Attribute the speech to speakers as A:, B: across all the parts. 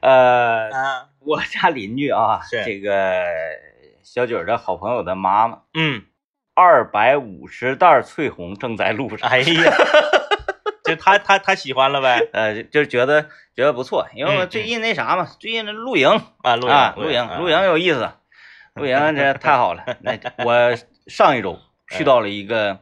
A: 呃，
B: 啊，
A: 我家邻居啊，
B: 是
A: 这个小九儿的好朋友的妈妈，
B: 嗯，
A: 二百五十袋翠红正在路上。
B: 哎呀，就他他他喜欢了呗，
A: 呃，就是觉得觉得不错，因为
B: 嗯
A: 我
B: 嗯
A: 最近那啥嘛，最近那露营
B: 啊，露
A: 啊
B: 营，
A: 露营，露
B: 啊
A: 营有意思，露营 这太好了。那我上一
B: 嗯
A: 周去到了一个，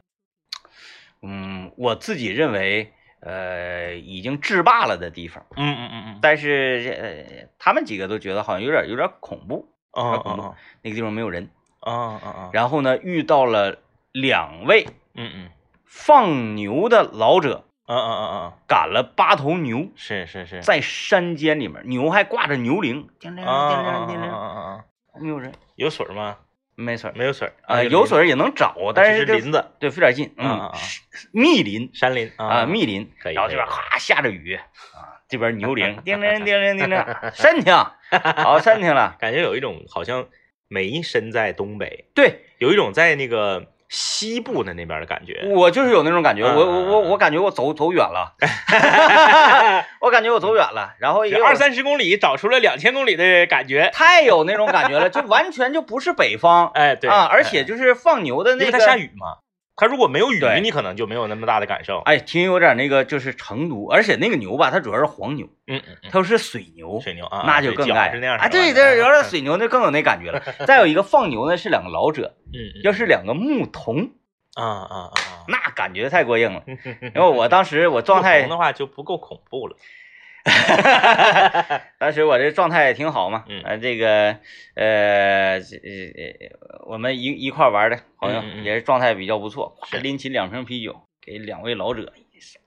A: 嗯，我自己认为呃已经制霸了的地方，
B: 嗯嗯嗯嗯，
A: 但是呃他们几个都觉得好像有点有点恐怖，
B: 哦
A: 恐怖
B: 哦
A: 那个地方没有人。
B: 哦哦哦，
A: 然后呢，遇到了两位
B: 嗯嗯，
A: 放牛的老者，
B: 嗯嗯嗯嗯，
A: 赶了八头牛，
B: 是是是，
A: 在山间里面，牛还挂着牛铃，叮铃
B: 啊啊
A: 叮
B: 啊
A: 铃叮
B: 啊
A: 铃，
B: 啊啊，
A: 没有人，
B: 有水吗？
A: 没水儿
B: 没有水
A: 啊，有，水儿也能找，啊但是
B: 是
A: 就
B: 林子，
A: 对费点劲，
B: 啊啊
A: 嗯
B: 啊，哎
A: 是密林
B: 山林
A: 啊，密林，
B: 可以
A: 然后这边
B: 可以
A: 咔下着雨啊，这边牛 铃叮铃叮铃叮铃，申请，好申请了，
B: 感觉有一种好像没身在东北，
A: 对
B: 有一种在那个西部的那边的感觉。
A: 我就是有那种感觉，我
B: 嗯
A: 我我我感觉我走走远 了，我感觉我走远了，然后也有
B: 二三十公里找出了两千公里的感觉，
A: 太有那种感觉 了，就完全就不是北方
B: 哎，对
A: 啊，而且就是放牛的
B: 哎因
A: 那
B: 为
A: 个
B: 它下，雨嘛，它如果没有雨
A: 对，
B: 你可能就没有那么大的感受。
A: 哎，挺有点那个就是成都，而且那个牛吧，它主要是黄牛，
B: 嗯嗯嗯，
A: 它又是水牛，
B: 水牛啊，
A: 那就更
B: 对
A: 爱
B: 脚是嗯那样
A: 啊，对对，
B: 对，
A: 有点水牛那更有那感 觉了。再有一个放牛呢是两个老者，
B: 嗯，
A: 要是两个牧童，
B: 啊啊啊，
A: 那感觉太过硬 了。因为我当时我状态
B: 不同，的话就不够恐怖了。
A: 当时我这状态也挺好嘛，
B: 嗯
A: 呃，这个呃，这呃，我们一一块玩的好像
B: 嗯嗯嗯
A: 也是状态比较不错，
B: 是
A: 拎起两瓶啤酒给两位老者，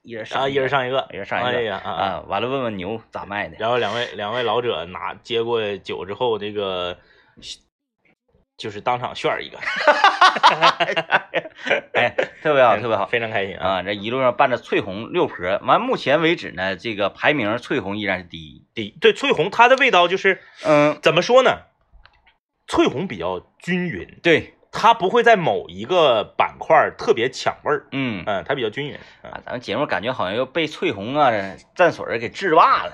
A: 一人
B: 然
A: 上
B: 后啊一人上一个，
A: 一人上一个
B: 哎呀啊啊！
A: 啊，完了问问牛咋卖的，
B: 然后两位两位老者拿接过酒之后，这个就是当场炫一个，
A: 啊哎，特别好，特别好。
B: 非常开心啊！
A: 啊，这一路上伴着翠红六婆，完目前为止呢，这个排名翠红依然是第一。
B: 对对，翠红它的味道就是
A: 嗯，
B: 怎么说呢？翠红比较均匀，
A: 对，
B: 它不会在某一个板块儿特别抢味儿，
A: 嗯，
B: 嗯，它比较均匀。嗯
A: 啊，咱们节目感觉好像又被翠红啊蘸水儿给制霸 了。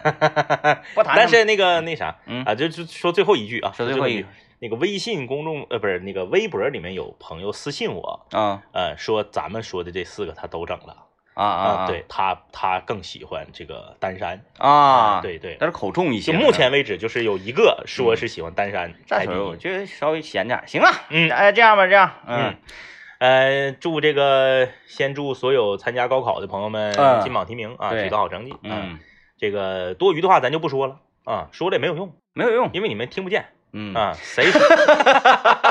A: 不谈他们，
B: 但是那个那啥
A: 嗯
B: 啊，就就说最后一句啊，
A: 说最
B: 最
A: 后
B: 后
A: 一句
B: 句，那个微信公众呃不是那个微博里面有朋友私信我，
A: 啊
B: 呃，说咱们说的这四个他都整了。
A: 啊啊，
B: 对他，他更喜欢这个丹山
A: 啊，，
B: 对对，
A: 但是口重一些
B: 就
A: 呢。
B: 目前为止，就是有一个说是喜欢丹山，
A: 蘸
B: 排
A: 水嗯
B: 第
A: 儿我
B: 一。
A: 觉得稍微咸点儿，行啊。
B: 嗯
A: 哎，这样吧，这样，
B: 嗯，呃，祝这个先祝所有参加高考的朋友们
A: 嗯
B: 金榜题名啊，
A: 对
B: 取得好成绩。
A: 嗯，
B: 这个多余的话咱就不说了啊，说了也没有用，
A: 没有用，
B: 因为你们听不见
A: 嗯，
B: 啊。谁说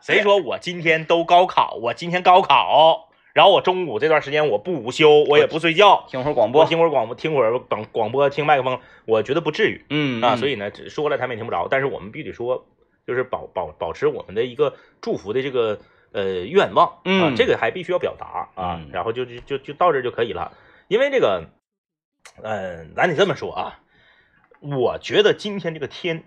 B: 谁说我今天都高考，我今天高考，然后我中午这段时间我不午休，我也不睡觉，
A: 听会儿广
B: 我
A: 播，
B: 听会儿广播，听会儿广广播，听麦克风，我觉得不至于
A: 嗯
B: 啊。
A: 嗯
B: 所以呢，只说了他们也听不着，但是我们必须说，就是保保保持我们的一个祝福的这个呃愿望啊，
A: 嗯
B: 这个还必须要表达啊
A: 嗯。
B: 然后就就就就到这儿就可以了，因为这个，嗯、咱得这么说啊，我觉得今天这个天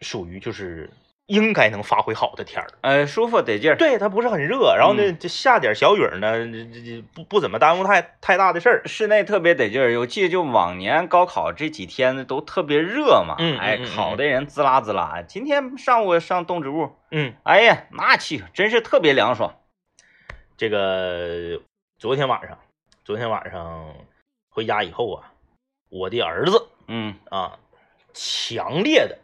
B: 属于就是应该能发挥好的天儿。
A: 呃，舒服得劲儿，
B: 对，它不是很热，然后呢，
A: 嗯
B: 这下点小雨儿呢，这这这不不怎么耽误太太大的事儿。
A: 室内特别得劲儿，我记得就往年高考这几天都特别热嘛，
B: 嗯嗯
A: 哎
B: 嗯，嗯
A: 考的人滋啦滋啦。今天上午上动植物，
B: 嗯，
A: 哎呀，那气真是特别凉爽。
B: 这个昨天晚上，昨天晚上回家以后啊，我的儿子
A: 嗯
B: 啊，强烈的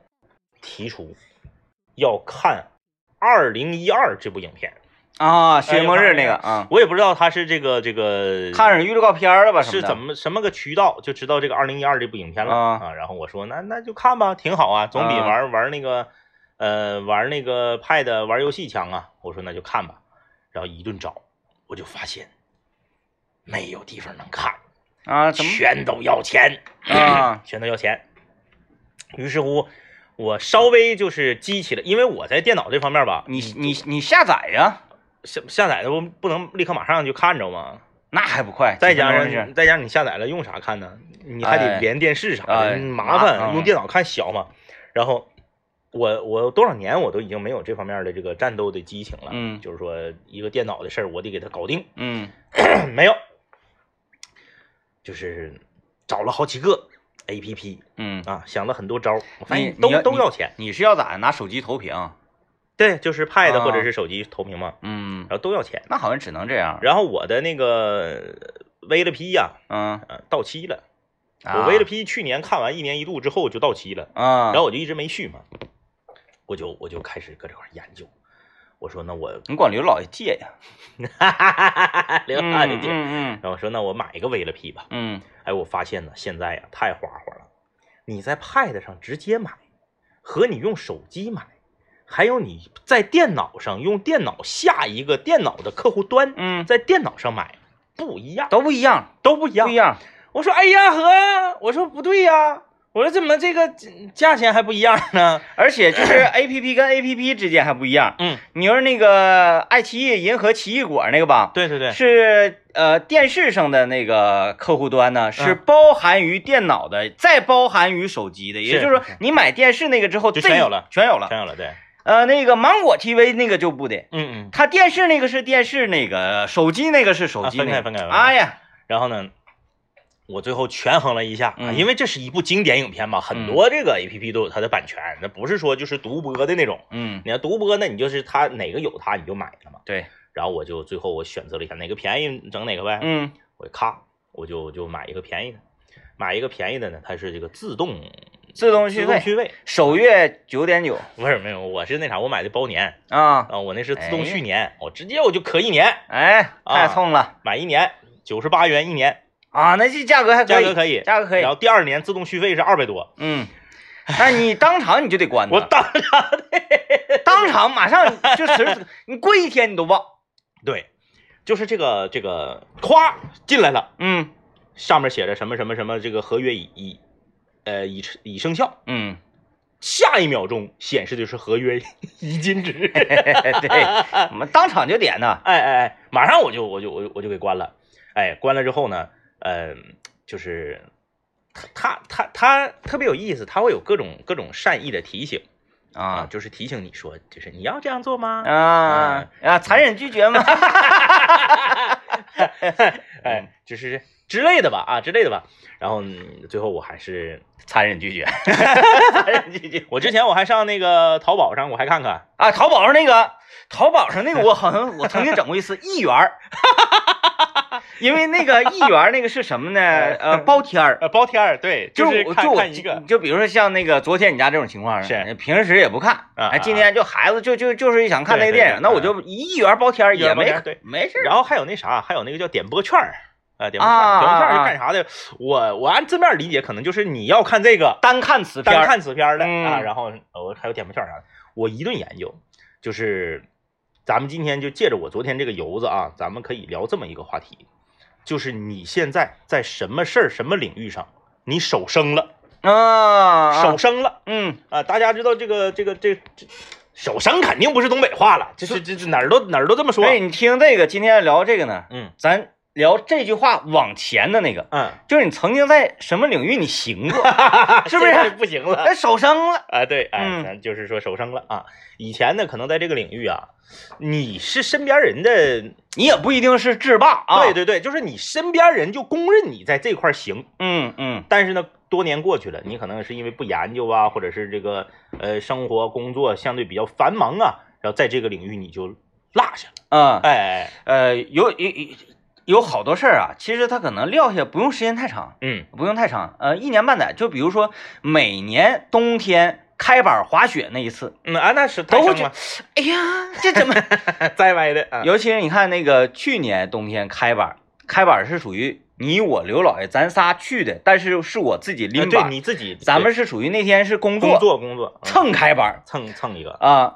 B: 提出要看《二零一二》这部影片。
A: 啊，世界
B: 哎
A: 末日那
B: 看
A: 个
B: 了
A: 啊，
B: 我也不知道他是这个这个
A: 看上预告片儿了吧？
B: 是
A: 什
B: 怎
A: 么
B: 么什么个渠道就知道这个《二零一二》这部影片了
A: 啊
B: 然后我说那那就看吧，挺好啊，总比
A: 啊
B: 玩、玩那个呃玩那个 Pad 玩游戏强啊。我说那就看吧，然后一顿找，我就发现没有地方能看，
A: 的啊？怎么
B: 全都要钱
A: 啊
B: 全都要钱。于是乎，我稍微就是激起了，因为我在电脑这方面吧，
A: 你你你下载呀？
B: 下下载的不不能立刻马上就看着嘛，
A: 那还不快？
B: 再
A: 几分
B: 加
A: 钟的事儿
B: 上再加上你下载了用啥看呢？你还
A: 哎
B: 得连电视啥的，
A: 哎
B: 麻
A: 麻
B: 烦。
A: 嗯
B: 用电脑看小嘛。然后我我多少年我都已经没有这方面的这个战斗的激情了。
A: 嗯
B: 就是说一个电脑的事儿，我得给它搞定。
A: 嗯
B: 没有，就是找了好几个， A P P
A: 嗯，
B: 啊，想了很多招儿，我发
A: 你
B: 现
A: 你
B: 都
A: 要
B: 都要钱。
A: 你是要咋拿手机投屏？
B: 对，就是 Pad
A: 啊
B: 或者是手机投屏嘛，
A: 嗯
B: 然，后都要钱。
A: 那好像只能这样。
B: 然后我的那个呃 V 了 P 呀、
A: 嗯，
B: 呃到期了。
A: 啊
B: 我 V 了 P 去年看完一年一度之后就到期了，
A: 啊，
B: 然后我就一直没续嘛，我就我就开始搁这块儿研究。我说那我，
A: 你管刘老爷借呀？
B: 哈哈哈哈哈，刘大
A: 嗯
B: 姐，
A: 嗯
B: 然后我说那我买一个 V 了 P 吧。
A: 嗯
B: 哎，我发现呢，现在呀、太花花了，你在 Pad 上直接买，和你用手机买，还有你在电脑上用电脑下一个电脑的客户端，
A: 嗯嗯，
B: 在电脑上买不一样，
A: 都不一样，
B: 都不一样
A: 不一。样。
B: 我说哎呀和，我说不对呀、我说怎么这个价钱还不一样呢？
A: 而且就是 A P P 跟 A P P 之间还不一样。
B: 嗯，
A: 你说那个爱奇艺银河奇异果那个吧，
B: 对对对，
A: 是呃电视上的那个客户端呢，是
B: 嗯
A: 包含于电脑的，再包含于手机的，也
B: 是
A: 就是说
B: 是是
A: 你买电视那个之后
B: 就
A: 这
B: 全有了
A: 全有了。
B: 看到了，对，
A: 呃，那个芒果 TV 那个就不得，
B: 嗯嗯。
A: 它电视那个是电视那个，手机那个是手机
B: 啊分
A: 那
B: 开
A: 个。
B: 分开分开
A: 哎呀，
B: 然后呢，我最后权衡了一下，啊
A: 嗯
B: 因为这是一部经典影片嘛，很多这个 A P P 都有它的版权，那不是说就是独播的那种。
A: 嗯，
B: 你要独播，那你就是它哪个有它你就买了嘛。
A: 对，
B: 然后我就最后我选择了一下哪个便宜整哪个呗，
A: 嗯
B: 我咔我就就买一个便宜的，买一个便宜的呢，它是这个自动
A: 自动
B: 自
A: 续
B: 动
A: 费，
B: 续费，
A: 首月九点九
B: 不是没有，我是那啥，我买的包年
A: 啊，
B: 啊，我那是自动
A: 哎
B: 续年，我直接我就可一年
A: 哎，
B: 啊
A: 太冲了
B: 买一年九十八元一年，
A: 啊！那这价格还
B: 价
A: 可
B: 格
A: 以，
B: 可以，
A: 价格可以
B: 然，后第二年自动续费是二百多，
A: 嗯，那你当场你就得 关它，
B: 我当
A: 当场马上就辞职，你过一天你都忘。
B: 对，就是这个这个，咵进来了，
A: 嗯
B: 上面写着什么什么什么，这个合约已已呃已成已生效，
A: 嗯，
B: 下一秒钟显示的是合约已禁止，
A: 对，我们当场就点呐。
B: 哎哎哎，马上我就我就我就我就给关了，哎，关了之后呢，嗯、就是他他他他特别有意思，他会有各种各种善意的提醒啊，
A: 啊
B: 就是提醒你说，就是你要这样做吗？嗯
A: 啊啊！残忍拒绝吗？
B: 哎，就是之类的吧啊之类的吧，然后、嗯最后我还是。
A: 残忍拒绝，残忍拒绝
B: 我之前我还上那个淘宝上，我还看看，
A: 啊！淘宝上那个，淘宝上那个，我好像我曾经整过一 次一元儿，因为那个一元儿那个是什么 呢？呃，包天儿。
B: 呃，包天儿，对，
A: 就是
B: 哎是
A: 我
B: 看
A: 就我
B: 看一个，
A: 就比如说像那个昨天你家这种情况
B: 是
A: 平时也不看，
B: 啊
A: 哎，
B: 啊
A: 今天就孩子就就就是想看那个
B: 对对
A: 电
B: 对啊
A: 影，那我就一元包天儿
B: 一元
A: 也
B: 包
A: 没
B: 天儿对
A: 没事儿
B: 然后还有那啥，还有那个叫点播券儿，啊，点播券
A: 啊
B: 儿，
A: 啊
B: 点播券儿
A: 啊
B: 是干啥的？我我按字面理解，可能就是你要看这个
A: 单看此片
B: 单
A: 儿，
B: 看此片儿的
A: 嗯
B: 啊，然后我还有点播券儿啥的，我一顿研究，就是咱们今天就借着我昨天这个由子啊，咱们可以聊这么一个话题，就是你现在在什么事儿、什么领域上，你手生了，
A: 啊，
B: 手生了。
A: 嗯，
B: 啊，大家知道这个这个这这手生肯定不是东北话了，这这这这哪儿都哪儿都这么说。
A: 所以哎你听这个，今天聊这个呢，
B: 嗯
A: 咱聊这句话往前的那个，
B: 嗯，
A: 就是你曾经在什么领域你行 过，是
B: 是不
A: 不
B: 是
A: 是
B: 不行了？
A: 哎，手生了，
B: 啊，对，哎，
A: 嗯
B: 咱就是说手生了啊。以前呢，可能在这个领域啊，你是身边人的，
A: 你也不一定是制霸啊，
B: 对，对对，就是你身边人就公认你在这块儿行，
A: 嗯嗯
B: 但是呢。多年过去了，你可能是因为不研究啊，或者是这个呃生活工作相对比较繁忙啊，然后在这个领域你就落下了。
A: 啊，
B: 哎哎，哎
A: 呃，有有有有好多事儿啊，其实他可能撂下不用时间太长。
B: 嗯
A: 不用太长，呃，一年半载，就比如说每年冬天开板滑雪那一次，
B: 嗯啊，那是
A: 都
B: 太
A: 会
B: 生了，
A: 哎呀，这怎么？
B: 栽歪的啊。
A: 尤其是你看那个去年冬天开板，开板是属于你我刘老爷咱仨去的，但是是我自己
B: 呃
A: 拎
B: 对
A: 板，
B: 你自己，
A: 咱们是属于那天是工
B: 对
A: 作
B: 工作工作嗯
A: 蹭开板
B: 蹭蹭一个，
A: 啊、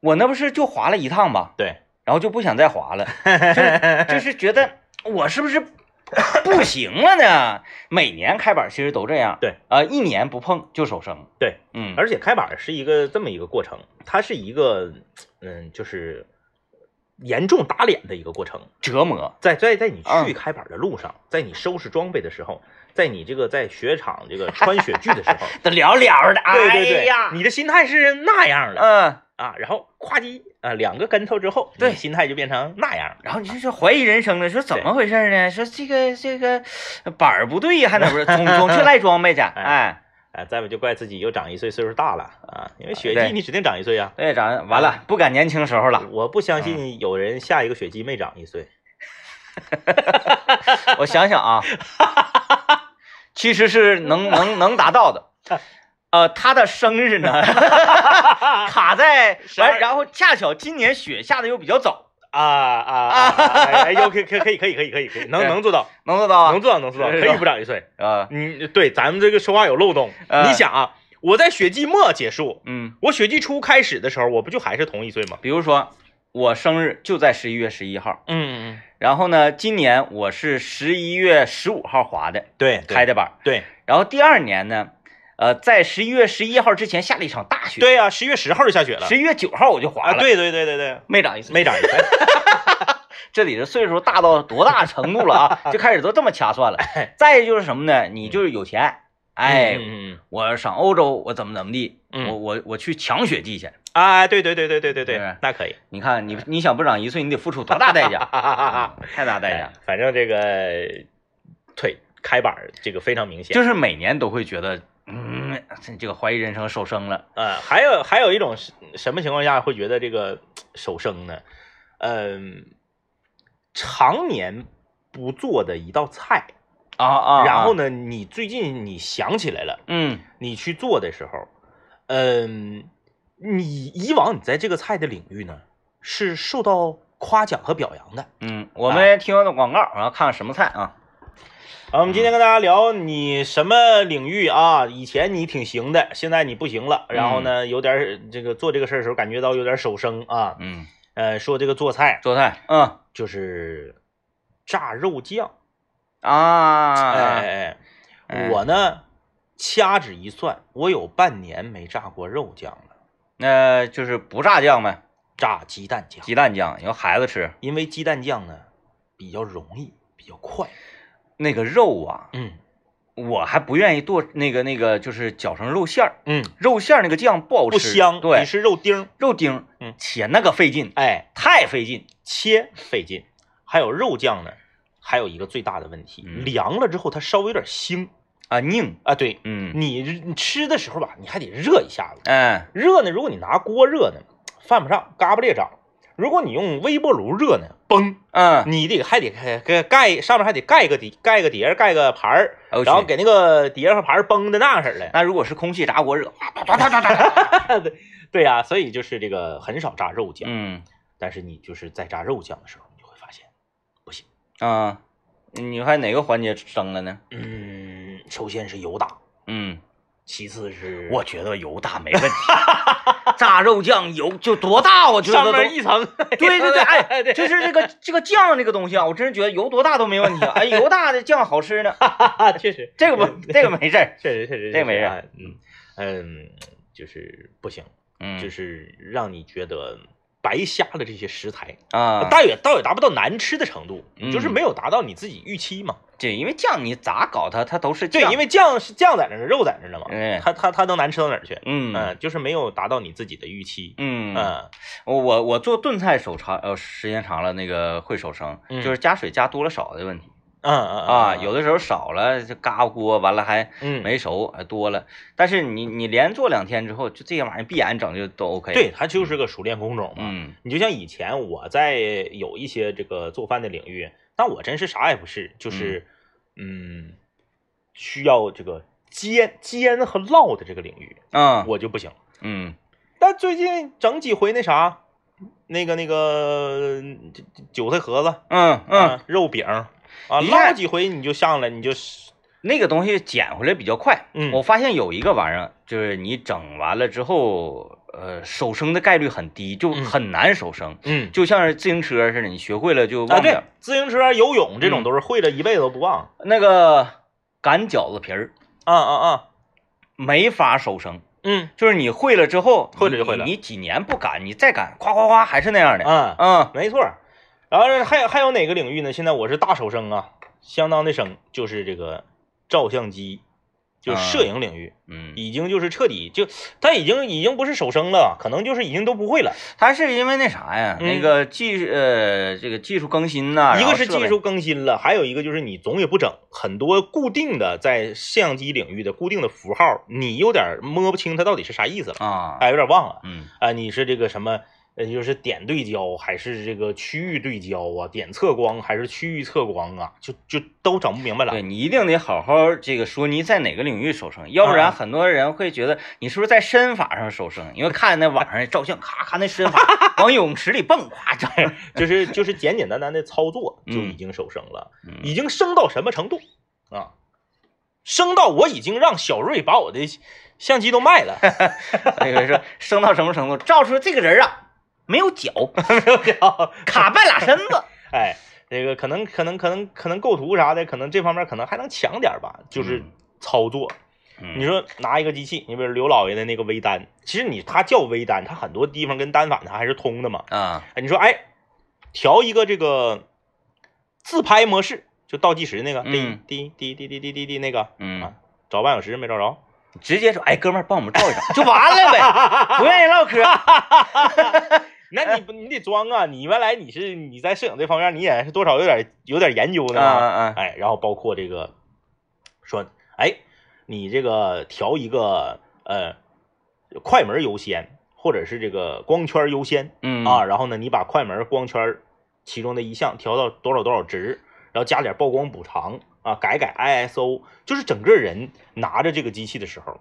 A: 我那不是就滑了一趟吧，
B: 对，
A: 然后就不想再滑 了，就是就是觉得我是不是不行了呢？每年开板其实都这样，
B: 对，
A: 呃，一年不碰就手生，
B: 对，
A: 嗯，
B: 而且开板是一个这么一个过程，它是一个嗯，就是严重打脸的一个过程。
A: 折磨，
B: 在在在你去
A: 嗯
B: 开板的路上，在你收拾装备的时候，在你这个在雪场 这个穿雪具的时候，
A: 得了了的，
B: 对对
A: 哎
B: 对
A: 呀，，
B: 你的心态是那样的，
A: 嗯
B: 啊，然后夸叽啊两个跟头之后，
A: 对
B: 你心态就变成那样了。
A: 然后你就是怀疑人生了，说怎么回事呢？说这个这个板儿不对呀，还哪不是？总总去赖装备去， 哎，
B: 啊，再不就怪自己又长一岁，岁数大了啊，因为雪
A: 对
B: 季你指定长一岁啊。
A: 对，长哎完了，不赶年轻时候 了。
B: 我不相信有人下一个雪季没长 一岁。
A: 我想想啊，其实是能能能达到 的。呃，他的生日呢，
B: 啊
A: 卡在完，然后恰巧今年雪下的又比较早，
B: 啊啊啊！哎哎有可以可以可以可以可以可以可以，能能做到，
A: 能做到啊
B: 能？做到能做到，
A: 是
B: 可以不长一岁。
A: 啊，
B: 嗯，对，咱们这个说话有漏洞。
A: 呃
B: 你想啊，我在雪季末结束，
A: 嗯，
B: 我雪季初开始的时候，我不就还是同一岁吗？
A: 比如说我生日就在十一月十一号，
B: 嗯嗯，
A: 然后呢，今年我是十一月十五号滑的
B: 对，
A: 开
B: 的
A: 的板儿，
B: 对
A: 然后第二年呢，呃，在十一月十一号之前下了一场大雪，
B: 对啊，十一月十号就下雪了。
A: 十一月九号我就滑
B: 啊，
A: 了，，
B: 对对对对对，
A: 没长一岁。
B: 没长一 岁。
A: 这里的岁数大到多大程度了 啊？就开始都这么掐算了。再就是什么呢？你就是有钱，哎，
B: 哎嗯嗯嗯
A: 我上欧洲，我怎么怎么地，
B: 嗯
A: 我我我去抢雪季去。
B: 啊，对对对对对对
A: 对
B: 对，那可以。
A: 你看你你想不长一岁，你得付出多大代
B: 哈
A: 价？
B: 哈哈哈哈。
A: 嗯太大代价
B: 啊哎，反正这个腿开板儿这个非常明显。
A: 就是每年都会觉得，嗯，这这个怀疑人生受伤了。
B: 呃，还有还有一种是什么情况下会觉得这个手生呢？嗯、常年不做的一道菜，
A: 啊啊！
B: 然后
A: 呢？
B: 呢，你最近你想起来了，
A: 嗯，
B: 你去做的时候，嗯、你以往你在这个菜的领域呢是受到夸奖和表扬的。
A: 嗯，
B: 啊
A: 我们听完广告，然后看看什么菜啊？
B: 好，我们今天跟大家聊你什么领域啊？以前你挺行的，现在你不行了。然后呢，有点儿这个做这个事儿的时候，感觉到有点手生啊。
A: 嗯，
B: 呃，说这个做菜
A: 做菜，嗯
B: 就是炸肉酱。
A: 啊，
B: 哎哎
A: 哎
B: 哎，我呢，掐指一算，我有半年没炸过肉酱了，
A: 那就是不炸酱呗，
B: 炸鸡蛋酱，
A: 鸡蛋酱，有孩子吃。
B: 因为鸡蛋酱呢比较容易，比较快。
A: 那个肉啊，
B: 嗯
A: 我还不愿意剁那个那个，就是搅成肉馅儿，
B: 嗯，
A: 肉馅儿那个酱不好吃，
B: 不香，
A: 对
B: 你，是肉丁儿，
A: 肉丁儿，
B: 嗯
A: 且那个费劲，
B: 哎。
A: 太费劲。
B: 切费劲，还有肉酱呢，还有一个最大的问题，
A: 嗯
B: 凉了之后它稍微有点腥
A: 啊，拧，
B: 啊。对
A: 嗯，
B: 你你吃的时候吧，你还得热一下子。
A: 哎，
B: 热呢，如果你拿锅热呢，犯不上，嘎巴裂掌；如果你用微波炉热呢，崩，
A: 嗯，
B: 你得还得给给盖上面还得盖个底，盖个碟儿，盖个盘儿，
A: 哎呦
B: 然后
A: 去
B: 给那个碟儿和盘儿崩的那样式儿的。
A: 那如果是空气炸锅热，哒哒哒哒哒，
B: 对呀、所以就是这个很少炸肉酱，
A: 嗯
B: 但是你就是在炸肉酱的时候，你就会发现，
A: 啊，你看哪个环节生了呢？
B: 嗯，首先是油大，
A: 嗯。
B: 其次是
A: 我觉得油大没问题，炸肉酱油就多大，我觉得
B: 上
A: 都
B: 面一层，
A: 对对对，哎，
B: 对
A: 就是这个这个酱这个东西啊，我真是觉得油多大都没问题啊，哎，油大的酱好 吃呢，
B: 啊，确实，
A: 这个不这个没事儿，
B: 确实确实，
A: 这没
B: 确
A: 事
B: 实啊嗯嗯，就是不行，
A: 嗯，
B: 就是让你觉得白瞎了这些食材，
A: 啊，
B: 倒也倒也达不到难吃的程度，
A: 嗯
B: 就是没有达到你自己预期嘛。
A: 对，因为酱你咋搞它，它都是
B: 对，
A: 酱，
B: 因为酱是酱在那儿，肉在那儿呢嘛
A: 嗯，
B: 它它它能难吃到哪儿去？
A: 嗯
B: 嗯，就是没有达到你自己的预期。
A: 嗯，
B: 嗯
A: 我我做炖菜手长呃时间长了，那个会手生，
B: 嗯
A: 就是加水加多了少的问题
B: 嗯嗯
A: 啊，有的时候少了就嘎巴锅，完了还
B: 嗯
A: 没熟，哎多了，但是你你连做两天之后，就这些玩意儿必然整就都 OK，
B: 对，，它就是个熟练工种嘛。
A: 嗯
B: 你就像以前我在有一些这个做饭的领域，那我真是啥也不是，就是嗯需要这个煎煎和烙的这个领域，
A: 啊，
B: 我就不行。
A: 嗯
B: 但最近整几回那啥，那个那个嗯韭韭菜盒子，
A: 嗯嗯，
B: 啊，肉饼啊，
A: 你看
B: 烙几回你就上来，你就是
A: 那个东西捡回来比较快。
B: 嗯
A: 我发现有一个玩意儿，就是你整完了之后，呃，手生的概率很低，就
B: 嗯
A: 很难手生，
B: 嗯
A: 就像是自行车似的，你学会了就忘
B: 啊
A: 不了。
B: 对，自行车、游泳这
A: 嗯
B: 种都是会了一辈子都不忘。
A: 那个擀饺子皮儿
B: 啊啊啊，
A: 没法手生，
B: 嗯
A: 就是你会了之后，
B: 会了就会了
A: 你你几年不擀，你再擀，夸夸夸还是那样的。
B: 啊。
A: 嗯
B: 没错儿。然后还有还有哪个领域呢？现在我是大手生啊，相当的生，就是这个照相机就是摄影领域，
A: 嗯，
B: 已经就是彻底就他已经已经不是手生了，可能就是已经都不会了。
A: 他是因为那啥呀，
B: 嗯
A: 那个技呃这个技术更新呐、
B: 一
A: 然后
B: 个是
A: 设备
B: 技术更新了，还有一个就是你总也不整很多固定的在相机领域的固定的符号，你有点摸不清它到底是啥意思了，
A: 啊，
B: 哎，有点忘了
A: 嗯
B: 啊、你是这个什么？呃，就是点对焦还是这个区域对焦啊？点测光还是区域测光啊？就就都整不明白了。
A: 对你一定得好好这个说你在哪个领域手生，要不然
B: 啊
A: 很多人会觉得你是不是在身法上手生，因为看那网上照相，咔咔那身 法往泳池里蹦，夸张。
B: 就是就是简简单单的操作
A: 嗯
B: 就已经手生了，
A: 嗯
B: 已经升到什么程度啊？升到我已经让小瑞把我的相机都卖了，
A: 那个说生到什么程度，照出这个人啊没有脚，卡半拉身子。
B: 哎，这个可能可能可能可能构图啥的，可能这方面可能还能强点儿吧，就是
A: 嗯
B: 操作。 你
A: 嗯
B: 说拿一个机器，你比如刘老爷的那个微单，其实你它叫微单，它很多地方跟单反它还是通的嘛。
A: 啊，
B: 哎，你说哎，调一个这个自拍模式，就倒计时那个，滴
A: 嗯
B: 滴滴滴滴滴滴滴那个，
A: 嗯
B: 啊，找半小时没找着，
A: 直接说，哎，哥们儿，帮我们照一张就完了呗，不愿意唠 嗑。啊
B: 那你不你得装啊！你原来你是你在摄影这方面，你也是多少有点有点研究的
A: 啊
B: 嘛。
A: 啊啊！
B: 哎，然后包括这个说，哎，你这个调一个呃快门优先，或者是这个光圈优先
A: 嗯
B: 啊，然后呢，你把快门、光圈其中的一项调到多少多少值，然后加点曝光补偿啊，改改 ISO，就是整个人拿着这个机器的时候，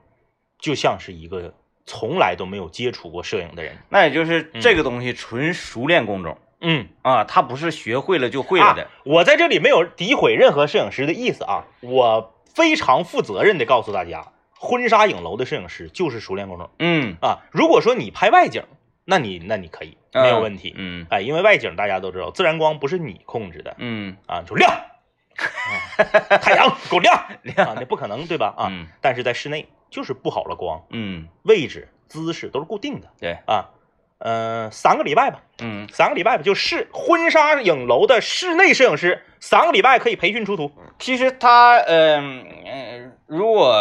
B: 就像是一个从来都没有接触过摄影的人，
A: 那也就是这个东西纯熟练工种、
B: 嗯。
A: 啊，他不是学会了就会了的。
B: 啊。我在这里没有诋毁任何摄影师的意思啊，我非常负责任的告诉大家，婚纱影楼的摄影师就是熟练工种
A: 嗯，
B: 啊。如果说你拍外景，那你那你可以没有问题，
A: 嗯
B: 哎，因为外景大家都知道，自然光不是你控制的
A: 嗯
B: 啊，就亮，啊太阳给我亮亮啊，那不可能对吧？啊，
A: 嗯
B: 但是在室内就是布好了光，
A: 嗯
B: 位置、姿势都是固定的，
A: 对
B: 啊，呃，三个礼拜吧，
A: 嗯，
B: 三个礼拜吧，就是婚纱影楼的室内摄影师，三个礼拜可以培训出图。
A: 其实他嗯呃，如果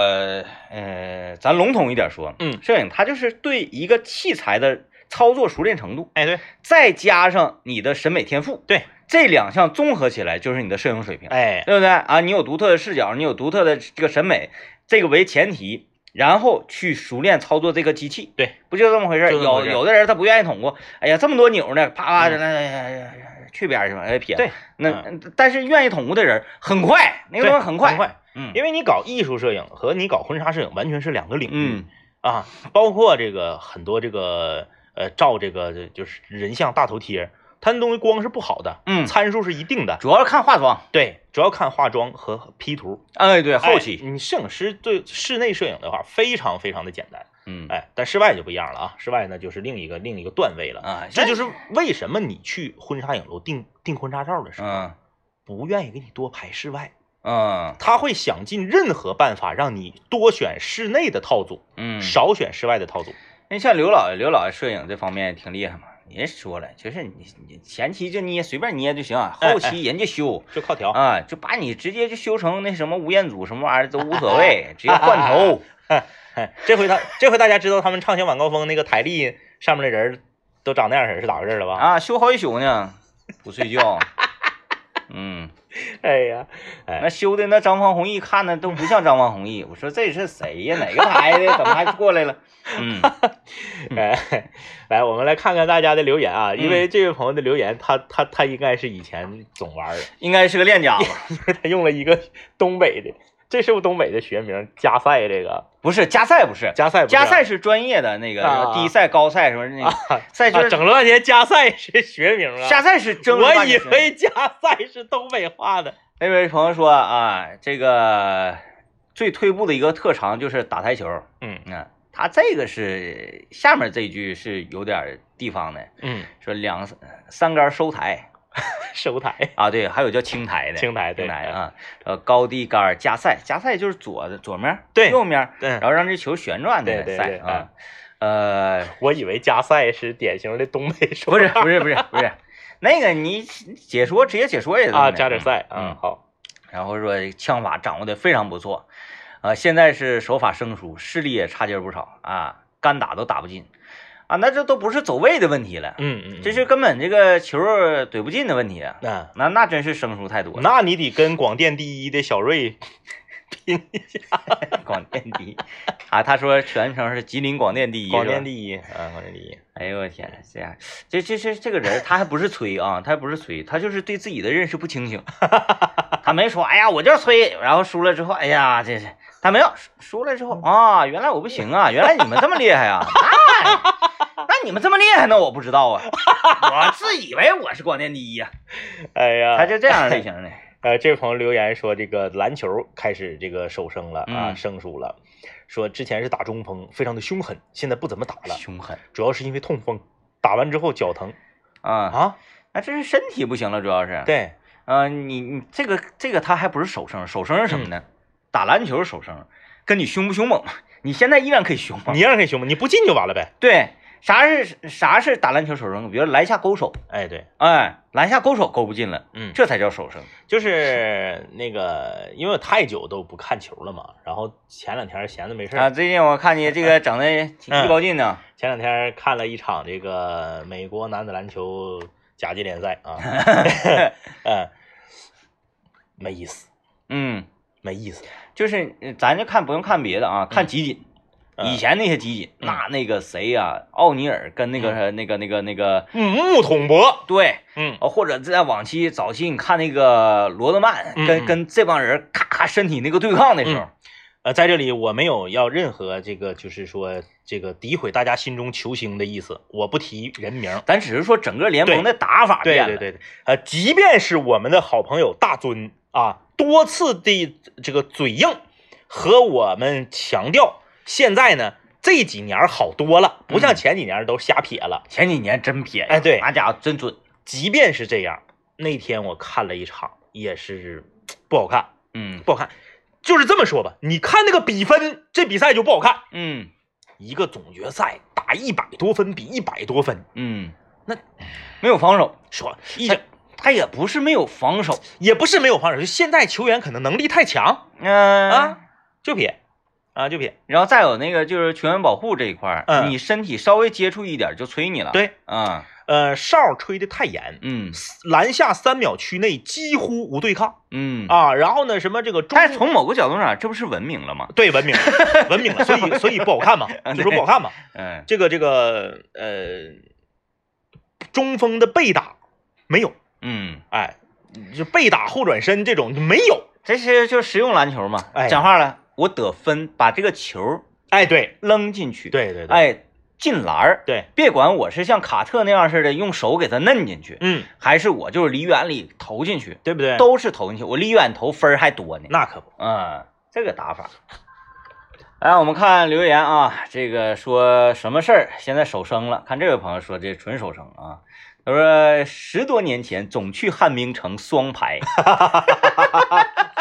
A: 呃，咱笼统一点说，
B: 嗯
A: 摄影它就是对一个器材的操作熟练程度，
B: 哎，对，
A: 再加上你的审美天赋，
B: 对
A: 这两项综合起来就是你的摄影水平，
B: 哎，
A: 对不对啊？你有独特的视角，你有独特的这个审美，这个为前提。然后去熟练操作这个机器，
B: 对，
A: 不就这么回事儿？
B: 就这么回
A: 有
B: 事儿
A: 有的人他不愿意捅咕，哎呀，这么多钮呢，啪啪的，
B: 嗯
A: 那、哎哎哎去边儿去吧，哎撇。
B: 对，嗯
A: 那、但是愿意捅咕的人很快，那个东西很快，
B: 很快，
A: 嗯，
B: 因为你搞艺术摄影和你搞婚纱摄影完全是两个领域、
A: 嗯
B: 啊，包括这个很多这个呃照这个就是人像大头贴，它那东西光是不好的，
A: 嗯，
B: 参数是一定的，
A: 主要是看化妆，
B: 对，主要看化妆和 P 图。
A: 哎，对，后
B: 哎
A: 期，
B: 你摄影师对室内摄影的话非常非常的简单，
A: 嗯
B: 哎，但室外就不一样了啊，室外呢就是另一个另一个段位了。
A: 啊，，
B: 这就是是为什么你去婚纱影楼订订婚纱照的时候，
A: 嗯
B: 不愿意给你多排室外，
A: 嗯
B: 他会想尽任何办法让你多选室内的套组，
A: 嗯，
B: 少选室外的套组。
A: 那像刘老爷，刘老爷摄影这方面挺厉害嘛，人家说了，就是你你前期就捏随便捏就行，啊 后期人家修。
B: 就靠调，
A: 啊，就把你直接就修成那什么吴彦祖什么玩意儿都无所谓，直接换 头。
B: 哎这回他这回大家知道他们畅想晚高峰那个台历上面的人都长那样式儿是咋回事儿了吧？
A: 啊，修好几宿呢，不睡 觉。嗯，
B: 哎呀，
A: 那修的那张方弘毅看的都不像张方弘毅，我说这是谁呀？哪个牌的？怎么还过来了？嗯嗯
B: 哎，来我们来看看大家的留言啊，因为这位朋友的留言，他他他应该是以前总玩儿的，
A: 应该是个练家子，
B: 因为他用了一个东北的，这是不是东北的学名？加赛这个
A: 不是加赛，不是
B: 加赛不是啊
A: 加赛是专业的那个
B: 啊
A: 低赛、高赛什么那个赛
B: 啊，
A: 就是
B: 整了半天加赛是学名啊，
A: 下赛是争。
B: 我以为加赛是东北话的。
A: 那位哎朋友说啊，这个最退步的一个特长就是打台球。
B: 嗯
A: 嗯，他这个是下面这一句是有点地方的，
B: 嗯，
A: 说两三杆收台
B: 收台
A: 啊，对，还有叫青台的，
B: 青台对
A: 青台啊，呃，高低杆加赛，加赛就是左左面
B: 对
A: 右面，
B: 对
A: 然后让这球旋转的
B: 对对
A: 赛
B: 对
A: 啊， 呃。
B: 我以为加赛是典型的东 北说
A: 不是不是不是不是，那个你解说直接解说也
B: 啊，
A: 能
B: 加点赛
A: 嗯
B: 啊，好，
A: 然后说枪法掌握的非常不错，啊，现在是手法生疏，视力也差劲儿不少啊，干打都打不进啊，那这都不是走位的问题了，
B: 嗯嗯，
A: 这是根本这个球儿怼不进的问题啊，
B: 啊，
A: 那那真是生疏太多了，
B: 那你得跟广电第一的小瑞拼一下。
A: 广电 第一啊，他说全称是吉林广电第一，
B: 广电
A: 一，
B: 第一啊，广电第一，
A: 哎呦我天，这样这这这这个人他还不是吹啊，他还不是吹，他就是对自己的认识不清醒， 他没说哎呀我就是吹，然后输了之后哎呀这是。他没有输输了之后啊，原来我不行啊，原来你们这么厉害啊，那那你们这么厉害，那我不知道啊，我自以为我是广电第一啊，
B: 哎呀，
A: 他是这样类型的。
B: 呃，这位朋友留言说，这个篮球开始这个收声了啊，
A: 嗯
B: 生疏了。说之前是打中锋，非常的凶狠，现在不怎么打了，
A: 凶狠
B: 主要是因为痛风，打完之后脚疼
A: 啊！
B: 啊。
A: 那这是身体不行了，主要是。，
B: 对，
A: 呃，你你这个这个他还不是手生，手生是什么
B: 嗯
A: 呢？打篮球手生，跟你凶不凶猛嘛？你现在依然可以凶猛
B: 你。让人给凶吗？你不进就完了呗。
A: 对，啥是啥是打篮球手生？比如篮下勾手，
B: 哎，对，
A: 哎，篮下勾手勾不进了，
B: 嗯，
A: 这才叫手生。
B: 就是那个，因为我太久都不看球了嘛，然后前两天闲着没事儿
A: 啊，最近我看你这个整的 挺
B: 嗯
A: 一包劲呢。
B: 前两天看了一场这个美国男子篮球甲级联赛啊， 嗯，没意思，
A: 嗯，
B: 没意思。
A: 就是呃咱就看不用看别的啊，看集锦。
B: 嗯
A: 以前那些集锦，
B: 嗯
A: 那那个谁呀、奥尼尔跟那个、那个那个那个，
B: 嗯，木桶博，
A: 对，
B: 嗯，
A: 啊，或者在往期早期，你看那个罗德曼
B: 嗯
A: 跟
B: 嗯
A: 跟这帮人咔咔身体那个对抗的时候，
B: 呃，在这里我没有要任何这个，就是说这个诋毁大家心中球星的意思，我不提人名。
A: 咱只是说整个联盟的打法
B: 对
A: 变了，
B: 对对对，呃，即便是我们的好朋友大尊啊，多次的这个嘴硬和我们强调，现在呢这几年好多了，不像前几年都瞎撇了。
A: 前几年真便宜，
B: 哎对
A: 那家伙真准，
B: 即便是这样，那天我看了一场，也是不好看，
A: 嗯
B: 不好看。就是这么说吧，你看那个比分，这比赛就不好看。
A: 嗯
B: 一个总决赛打一百多分，比一百多分，
A: 嗯，
B: 那
A: 没有防守，
B: 说一整
A: 他也不是没有防守，
B: 也不是没有防守，就现在球员可能能力太强
A: 嗯、
B: 啊，就撇啊就撇，
A: 然后再有那个就是球员保护这一块儿，
B: 嗯
A: 你身体稍微接触一点就吹你了，，
B: 对，
A: 啊
B: 呃，哨吹的太严，
A: 嗯
B: 篮下三秒区内几乎无对抗
A: 嗯，
B: 啊。然后呢，什么这个中
A: 但是从某个角度上，这不是文明了吗？
B: 对文明文明了，所以所以不好看嘛，就说不好看嘛。
A: 嗯
B: 这个这个呃，中锋的被打没有，
A: 嗯。
B: 哎，就被打后转身这种没有，
A: 这是就实用篮球嘛。
B: 哎
A: 讲话了，我得分，把这个球
B: 哎，对
A: 扔进去。，
B: 对对对，
A: 哎，进篮儿。
B: 对，
A: 别管我是像卡特那样似的用手给它摁进去，
B: 嗯，
A: 还是我就是离远里投进去，
B: 对不对？
A: 都是投进去。我离远投分儿还多呢。
B: 那可不，
A: 嗯，这个打法。来，我们看留言啊，这个说什么事儿？现在手生了。看这位朋友说，这纯手生啊。他说十多年前总去汉明城双排，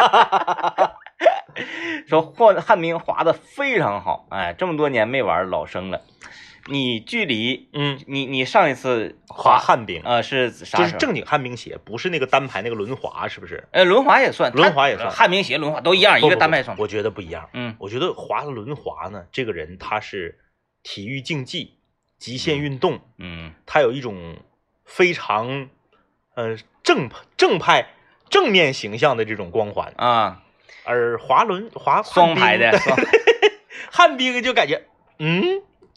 A: 说换汉明滑的非常好，哎，这么多年没玩老生了。你距离
B: 嗯，
A: 你你上一次
B: 滑旱冰
A: 呃是啥
B: 就
A: 时
B: 是
A: 候？
B: 正经旱冰鞋，不是那个单排那个轮滑，是不是？
A: 呃轮滑也算，
B: 轮滑也算
A: 它汉明鞋轮滑都一样，
B: 不
A: 一个
B: 不
A: 单
B: 不
A: 排双排。
B: 我觉得不一样。
A: 嗯
B: 我觉得滑轮滑呢，这个人他是体育竞技、极限运动，
A: 嗯
B: 他有一种非常呃正正派、正面形象的这种光环。
A: 啊，
B: 而滑轮滑
A: 双排的。 双
B: 旱冰就感觉，嗯，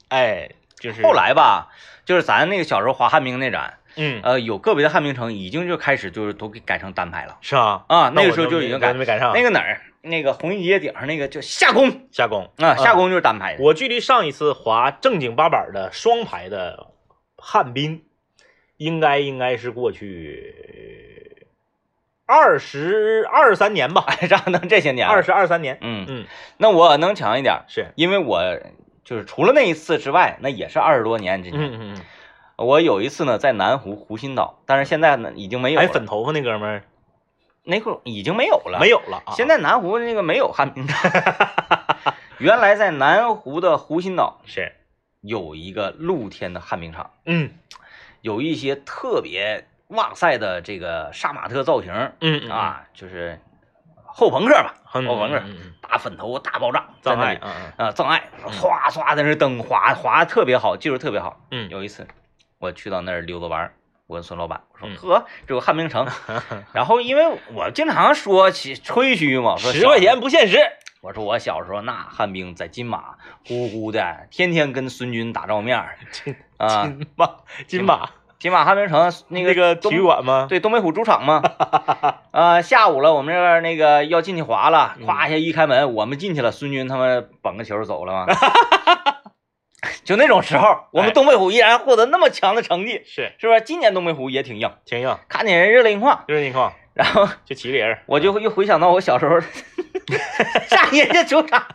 B: 哎，就是
A: 后，来吧，就是咱那个小时候滑旱冰那展，
B: 嗯，
A: 呃，有个别的旱冰城已经就开始就是都给改成单排了
B: 是啊，
A: 啊。
B: 那
A: 那个时候
B: 我
A: 就已经
B: 没我
A: 改
B: 没赶上
A: 那个哪儿，那个红旗街顶上那个叫下宫
B: 下工
A: 啊，下。宫就是单排的。
B: 我距离上一次滑正经八板的双排的旱冰，应该应该是过去二十二三年吧，
A: 哎，让能这些年了
B: 二十二三年。
A: 嗯，
B: 嗯，
A: 那我能强一点，
B: 是，
A: 因为我就是除了那一次之外，那也是二十多年之前。
B: 嗯嗯
A: 我有一次呢在南湖湖心岛，但是现在呢已经没
B: 嗯。
A: 有
B: 哎，
A: 了
B: 粉，头发那哥们儿
A: 那会儿已经没有了，
B: 没有了啊？
A: 现在南湖那个没有旱冰场， 原来在南湖的湖心岛
B: 是，
A: 有一个露天的旱冰场，
B: 嗯
A: 有一些特别哇塞的这个杀马特造型啊
B: 嗯嗯，
A: 啊，就是后朋克吧，
B: 嗯
A: 我闻着
B: 嗯嗯嗯
A: 大粉头大爆炸在
B: 障
A: 那
B: 碍，
A: 里
B: 嗯
A: 啊，障碍唰唰在那儿蹬滑滑得特别好，技术特别好。
B: 嗯嗯
A: 有一次我去到那儿溜达玩儿，我跟孙老板我说
B: 嗯
A: 呵，这有汉明 城，然后因为我经常说起吹嘘嘛，说
B: 十
A: 小
B: 块钱不现实，
A: 我说我小时候那旱冰在金马呼呼的，天天跟孙军打照面儿
B: 金
A: 啊。
B: 金马金马
A: 金马旱冰城那个
B: 那个体育馆吗？
A: 对东北虎主场 嘛，啊下午了，我们这边那个要进去滑了，
B: 嗯
A: 咵一下一开门，我们进去了，孙军他们绑个球走了 嘛。就那种时候，我
B: 哎
A: 们东北虎依然获得那么强的成绩，
B: 是
A: 是不是？今年东北虎也挺硬，
B: 挺硬，
A: 看见人热泪盈眶。
B: 就是你看，
A: 然后
B: 就骑人儿，
A: 我就又回想到我小时候 上人家球场，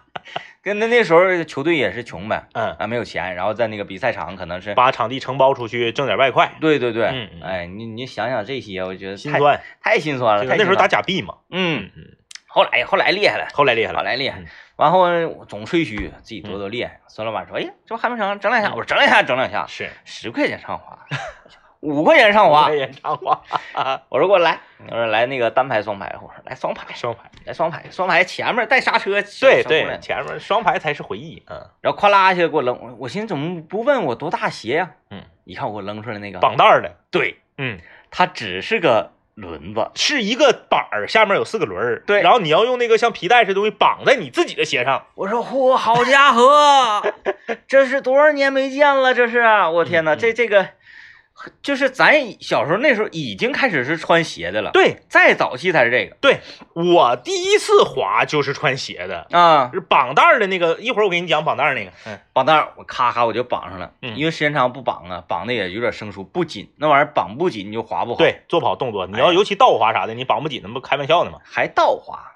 A: 跟那那时候球队也是穷呗，
B: 嗯，
A: 啊没有钱，然后在那个比赛场可能是，
B: 把场地承包出去挣点外快，
A: 对对对，
B: 嗯嗯
A: 哎你你想想这些，我觉得
B: 心
A: 太
B: 酸。
A: 太心酸了，
B: 这个
A: 太
B: 啊那时候
A: 心
B: 打
A: 酸了
B: 假币嘛，
A: 嗯，
B: 嗯，
A: 后来后来厉害了。
B: 后来厉害
A: 后
B: 了，
A: 来厉害
B: 嗯，
A: 完后我总吹嘘自己多多厉害。孙老板说：“哎呀，这不还没成，整
B: 嗯
A: 两下。”我说：“整两下，整两下，
B: 啊是
A: 十块钱上 滑，五块钱上滑
B: 我。演唱花，”
A: 我说：“给我来。”我说：“来那个单排、双排。”我说：“来双排，
B: 双排，
A: 来双排，双排前面带刹车。”
B: 对对，，前面双排才是回忆，嗯，
A: 然后咵啦一下给我扔，我我寻思怎么不问我多大鞋呀、
B: 嗯，
A: 一看我扔出来那个，
B: 绑带儿的，
A: 对，
B: 嗯，
A: 它只是个轮子，
B: 是一个板儿，下面有四个轮儿，
A: 对
B: 然后你要用那个像皮带似的东西绑在你自己的鞋上，
A: 我说嚯，好家伙， 这是多少年没见了？这是，啊我天哪，
B: 嗯嗯
A: 这这个就是咱小时候那时候已经开始是穿鞋的了，，
B: 对
A: 再早期才是这个
B: 对，我第一次滑就是穿鞋的，
A: 啊，
B: 是绑带儿的那个，一会儿我给你讲绑带儿那个，嗯，
A: 绑带儿我咔咔我就绑上了，
B: 嗯
A: 因为时间长不绑啊，绑的也有点生疏，不紧，那玩意儿绑不紧你就滑不好，，
B: 对，做不好动作，你要
A: 哎
B: 尤其倒滑啥的，你绑不紧，那不开玩笑呢吗？
A: 还倒滑。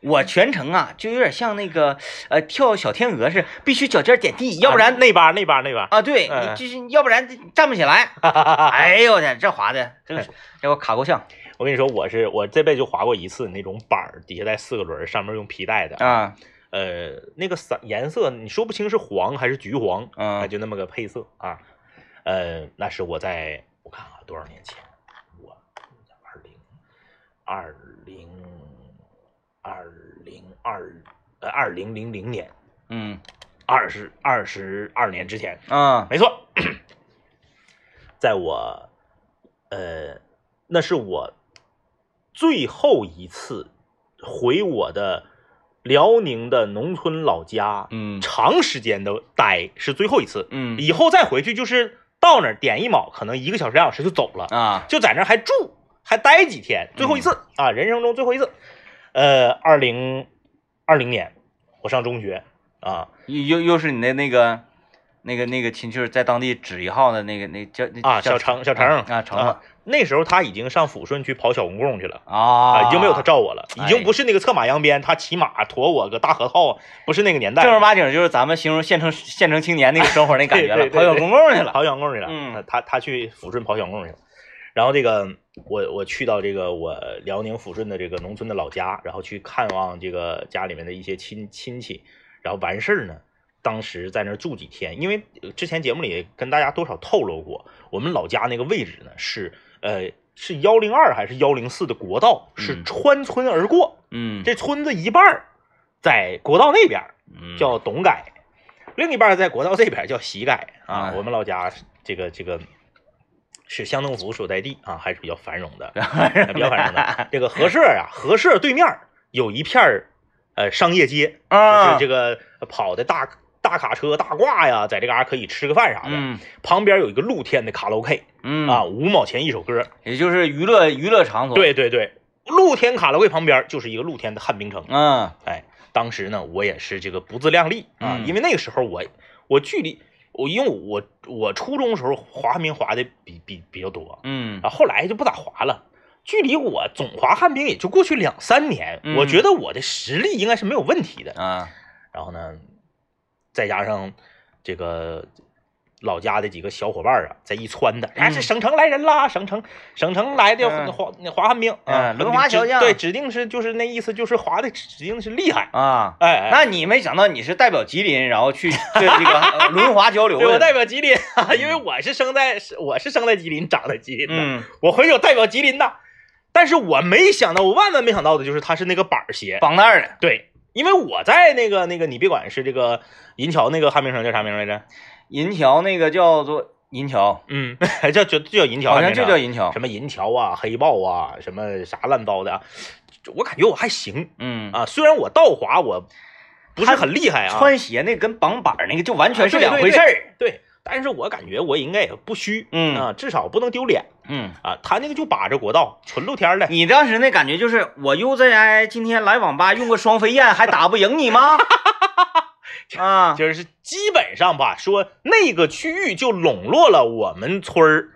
A: 我全程啊，就有点像那个呃跳小天鹅似的，必须脚尖儿点地，要不然
B: 啊那边那边那边，
A: 啊，对
B: 嗯
A: 你就是要不然站不起 来。 哎呦我天，这滑的真是，给我卡够呛
B: 我跟你说，我是我这辈子就滑过一次那种板儿，底下带四个轮儿，上面用皮带的，
A: 啊！
B: 呃，那个色颜色你说不清是黄还是橘黄，
A: 嗯
B: 啊，就那么个配色啊，呃，那是我在我看啊多少年前，我二零二零二零二呃二零零零年
A: 嗯
B: 二十二十二年之前，
A: 啊
B: 没错，在我呃，那是我最后一次回我的辽宁的农村老家，
A: 嗯
B: 长时间的待是最后一次，
A: 嗯
B: 以后再回去就是到那儿点一卯，可能一个小时两小时就走了，
A: 啊嗯
B: 就在那儿还住还待几天，最后一次、啊，人生中最后一次。呃，二零二零年我上中学啊
A: 又又又是你的那个那个那个亲戚儿在当地指一号的那个那叫那
B: 啊，
A: 叫
B: 小程小程
A: 啊程
B: 啊，那时候他已经上抚顺去跑小公共去了。
A: 啊，
B: 已经没有他照我了，已
A: 哎
B: 经不是那个策马扬鞭，他骑马驮我个大核桃，不是那个年代了，
A: 正儿八经就是咱们形容县城县城青年那个生活那感觉了，
B: 对对对
A: 跑小公共去了。
B: 跑小公去了，
A: 嗯
B: 他他他去抚顺跑小公去了。然后这个我我去到这个我辽宁抚顺的这个农村的老家，然后去看望这个家里面的一些亲亲戚，然后完事儿呢，当时在那儿住几天，因为呃之前节目里也跟大家多少透露过，我们老家那个位置呢是呃是幺零二还是幺零四的国道，是
A: 嗯
B: 穿村而过，
A: 嗯，
B: 这村子一半儿在国道那边儿，
A: 嗯
B: 叫董改，另一半在国道这边叫西改啊
A: 哎。
B: 我们老家是这个这个是乡政府所在地啊，还是比较繁荣 的，比较繁荣 的。这个合社啊，合社对面有一片儿呃商业街，就是
A: 啊
B: 这个跑的大大卡车、大挂呀，在这嘎、可以吃个饭啥的。
A: 嗯
B: 旁边有一个露天的卡拉 OK
A: 嗯
B: 啊，，五毛钱一首歌。
A: 也就是娱乐娱乐场所。，
B: 对对对，露天卡拉 OK 旁边就是一个露天的旱冰城。
A: 嗯
B: 哎，当时呢，我也是这个不自量力啊，
A: 嗯
B: 因为那个时候我我距离我因为我我初中时候滑旱冰滑的比比比较多，
A: 嗯
B: 啊，后来就不咋滑了。距离我总滑旱冰也就过去两三年，
A: 嗯
B: 我觉得我的实力应该是没有问题的。
A: 啊
B: 然后呢，再加上这个老家的几个小伙伴啊，在一撺的，啊，
A: 嗯
B: 这省城来人啦，省城省城来的
A: 嗯
B: 滑滑旱冰啊，
A: 嗯轮滑小将
B: 对，指定是就是那意思，就是滑的指定是厉害。
A: 啊，
B: 哎哎，
A: 那你没想到你是代表吉林，然后 去这这个呃轮滑交流
B: 对我
A: 的，
B: 代表吉林，啊因为我是生在是我是生在吉林，长在吉林的，
A: 嗯嗯
B: 我回去我代表吉林呐。但是我没想到，我万万没想到的就是它是那个板儿鞋，
A: 绑带儿的，
B: 对，因为我在那个那个你别管是这个银桥那个汉名城叫啥名来着？
A: 银桥那个叫做银桥，
B: 嗯， 叫就就叫银桥，啊
A: 好像就叫
B: 银
A: 银桥
B: 什。么银桥啊、黑豹啊、什么啥乱糟的啊，就我感觉我还行
A: 嗯，
B: 啊，虽然我倒滑我不是很厉害啊，
A: 穿鞋那跟绑板儿那个就完全是
B: 啊对
A: 两回事
B: 对
A: 儿。
B: 对，但是我感觉我应该也不虚，
A: 嗯
B: 啊，至少不能丢脸
A: 嗯，
B: 啊。他那个就把着国道，纯露天 儿的，
A: 你当时那感觉就是我 UZI 今天来网吧用个双飞燕还打不赢你 吗？啊，
B: 就是基本上吧，说那个区域就笼络了我们村儿，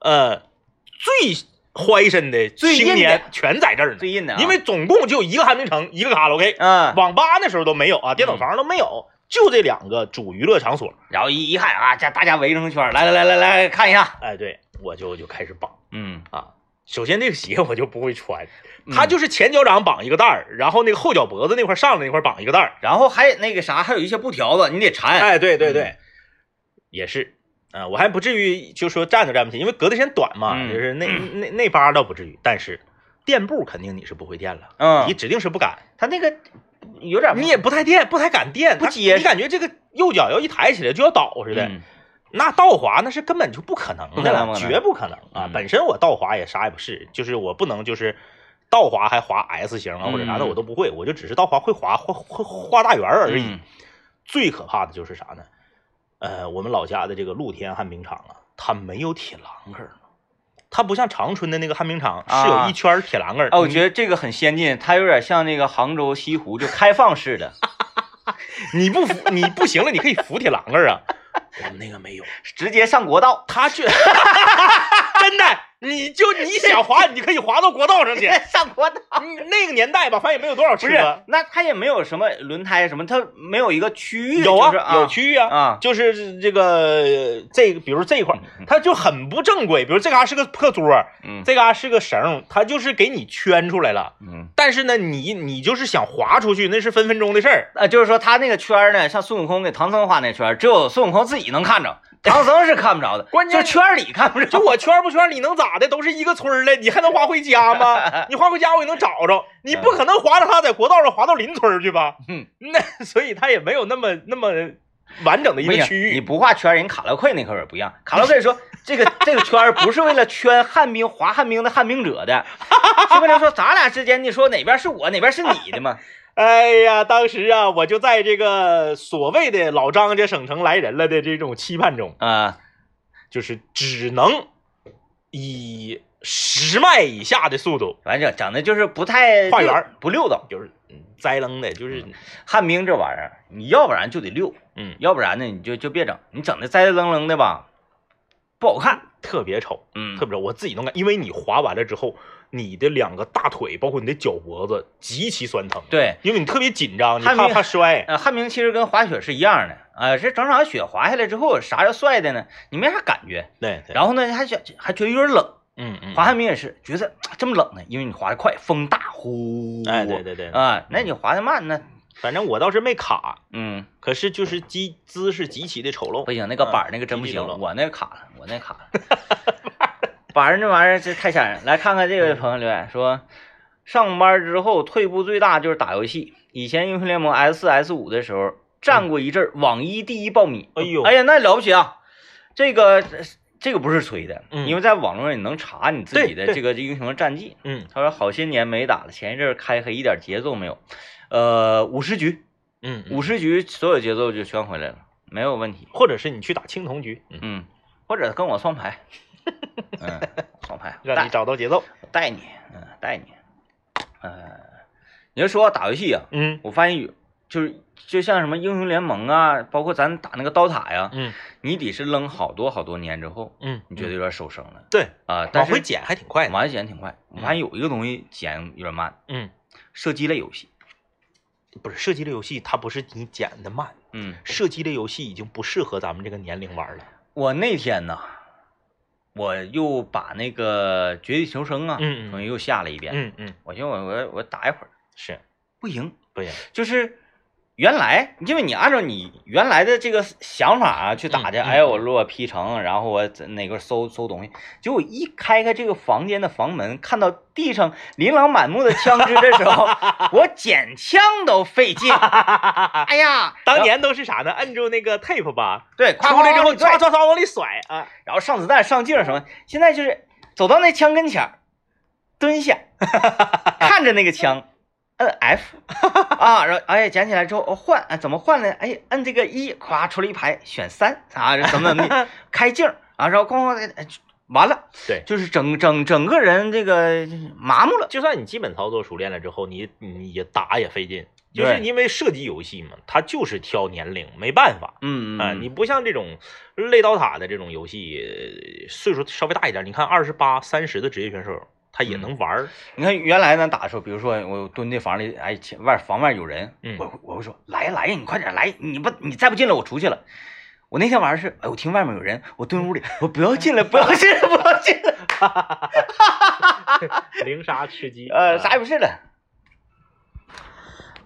B: 呃，最怀身的
A: 最
B: 青
A: 硬
B: 年全在这儿呢，
A: 最近的啊，
B: 因为总共就一个韩明城，一个卡拉 OK，
A: 嗯，
B: 网吧那时候都没有啊，电脑房都没有，就这两个主娱乐场所。
A: 然后一一看啊，这大家围成圈儿，来来来来来看一下，
B: 哎，对我就就开始绑。
A: 嗯，
B: 啊，首先这个鞋我就不会穿，
A: 嗯
B: 它就是前脚掌绑一个带儿，然后那个后脚脖子那块儿上来那块儿绑一个带儿。
A: 然后还那个啥，还有一些布条子，你得 缠，
B: 哎，对
A: 嗯
B: 对对，也是啊、我还不至于就说站都站不起，因为隔的时间短嘛，
A: 嗯
B: 就是那那那八倒不至于，但是垫步肯定你是不会垫了，你
A: 嗯，
B: 指定是不敢，
A: 他那个有点
B: 你也不太垫，不太敢垫，
A: 不
B: 它
A: 结实
B: 你感觉这个右脚要一抬起来就要倒似的。
A: 嗯
B: 那倒滑那是根本就不可能
A: 不
B: 的
A: 可能不
B: 了，
A: 可能
B: 绝不可能啊！
A: 嗯
B: 本身我倒滑也啥也不是，就是我不能就是倒滑还滑 S 型啊或者啥的
A: 嗯
B: 我都不会，我就只是倒滑会滑画画画大圆儿而已
A: 嗯。
B: 最可怕的就是啥呢？呃，我们老家的这个露天旱冰场啊，它没有铁栏杆儿，它不像长春的那个旱冰场
A: 啊
B: 是有一圈儿铁栏杆儿。
A: 哎，我
B: 得
A: 觉得这个很先进，它有点像那个杭州西湖就开放式的，
B: 你不服，你不行了，你可以扶铁栏杆儿啊。我们那个没有，
A: 直接上国道，
B: 他去， 真的，你就你想滑，你可以滑到国道上
A: 直
B: 去
A: 接。上国道。
B: 嗯那个年代吧，反正也没有多少
A: 不
B: 车。
A: 是，那它也没有什么轮胎什么，它没有一个区域，
B: 有
A: 就是
B: 啊，
A: 啊，
B: 有区域啊，
A: 啊，
B: 就是这个这个，比如这一块儿，它就很不正规。比如这嘎是个破桌，
A: 嗯
B: 这嘎是个绳，它就是给你圈出来了。
A: 嗯，
B: 但是呢，你你就是想滑出去，那是分分钟的事儿。
A: 呃，就是说它那个圈儿呢，像孙悟空给唐僧画那圈儿，只有孙悟空自己能看着，唐僧是看不着的，
B: 关键
A: 就圈儿里看不着。
B: 就我圈不圈，你能咋的？都是一个村儿的，你还能滑回 家吗？你滑回家我也能找着，你不可能滑着它在国道上滑到邻村儿去吧？
A: 嗯，
B: 那 所以它也没有那么那么完 整的一
A: 不
B: 个
A: 行
B: 区域。
A: 你不画圈儿，人卡拉快那块儿也不一样。卡拉快说这个这个圈儿不是为了圈旱冰滑旱冰的旱冰者的，是为了说咱俩之间，你说哪边是我，哪边是你的嘛？
B: 哎呀，当时啊，我就在这个所谓的老张家省城来人了的这种期盼中，
A: 啊，
B: 就是只能以十迈以下的速度，
A: 反正整的就是不太
B: 画圆儿
A: 不溜达。
B: 就是嗯栽楞的，就是
A: 嗯旱冰这玩意儿，你要不然就得溜。
B: 嗯，
A: 要不然呢，你就就别整，你整的栽栽愣愣的吧，不好看。
B: 特别丑，
A: 嗯
B: 特别丑。我自己能感，因为你滑完了之后，你的两个大腿，包括你的脚脖子，极其酸疼，
A: 对，
B: 因为你特别紧张，你
A: 还
B: 怕
A: 没
B: 怕摔。
A: 呃，旱冰其实跟滑雪是一样的，啊、这整场雪滑下来之后，啥叫帅的呢？你没啥感觉，
B: 对，对
A: 然后呢，还觉还觉得有点冷。
B: 嗯嗯，
A: 滑旱冰也是，觉得啊这么冷呢，因为你滑得快，风大呼。
B: 哎对对对，
A: 啊、那你滑得慢那，
B: 反正我倒是没卡，
A: 嗯，
B: 可是就是姿姿势极其的丑陋
A: 不。行，那个板儿那个真不
B: 嗯
A: 行
B: 踢，踢
A: 我那卡了，我那卡了。 板儿那玩意儿这太吓人。来看看这位朋友留言说，上班之后退步最大就是打游戏。以前英雄联盟 S 四 S 五的时候站过一阵儿网一第一爆米，
B: 哎呦
A: 哎呀那了不起啊！这个这个不是吹的，
B: 嗯
A: 因为在网络上你能查你自己的
B: 对对
A: 这个英雄的战绩。
B: 嗯
A: 他说好些年没打了，前一阵儿开黑一点节奏没有，呃，五十局
B: 嗯，嗯
A: 五十局所有节奏就全回来了，没有问题。
B: 或者是你去打青铜局，嗯，哎
A: 嗯，或者跟我双 排，嗯，双排，
B: 让你
A: 带
B: 找到节奏。
A: 带你，嗯，带你，呃，你就说打游戏啊，
B: 嗯
A: 我发现有，就是就像什么英雄联盟啊，包括咱打那个刀塔呀，
B: 嗯
A: 你得是扔好多好多年之后，
B: 嗯，
A: 你觉得有点手生了
B: 对？
A: 啊、但
B: 往
A: 是
B: 回捡嗯还挺快的。
A: 往回捡挺快，我发现有一个东西捡有点慢，
B: 嗯，
A: 射击类游戏，
B: 不是射击类游戏，它不是你捡的慢，
A: 嗯，
B: 射击类游戏已经不适合咱们这个年龄玩了。
A: 我那天呢。我又把那个《绝地求生》啊，
B: 嗯嗯
A: 重新又下了一遍。
B: 嗯嗯，
A: 我寻思我我我打一会儿，
B: 是
A: 不行，
B: 不行。
A: 就是原来，因为你按照你原来的这个想法啊去打去，
B: 嗯嗯
A: 哎，我如果 P 成，然后我在哪个搜搜东西，结果一开开这个房间的房门，看到地上琳琅满目的枪支的时 候，我捡枪都费劲。哎呀，
B: 当
A: 然后
B: 年都是啥呢？摁住那个 tape 吧，
A: 对，夸
B: 出
A: 夸
B: 来之
A: 夸
B: 后
A: 对
B: 唰唰唰往里甩啊，
A: 然后上子弹、上镜什么，现在就是走到那枪跟前儿，蹲下， 看着那个枪，摁 F 啊，然后哎捡起来之后、哦、换，哎怎么换呢？哎摁这个一，咵出了一排，选三啊，怎么怎 么地，开镜儿啊，然后咣咣哎完了，
B: 对
A: 就是整整整个人这个麻木了，
B: 就算你基本操作熟练了之后，你你也打也费劲，就
A: 对
B: 是因为射击游戏嘛，它就是挑年龄，没办法
A: 嗯
B: 啊、你不像这种类刀塔的这种游戏，呃岁数稍微大一点，你看二十八、三十的职业选手，他也能玩儿。
A: 你看原来咱打的时候，比如说我蹲这房里，哎，前外房外有人，
B: 嗯
A: 我会我会说来呀来呀，你快点来，你不你再不进来我出去了。我那天晚上是，哎，我听外面有人，我蹲屋里，我不要进来，不要进来，不要进来，
B: 零杀吃鸡，啊
A: 呃，啥也不是了。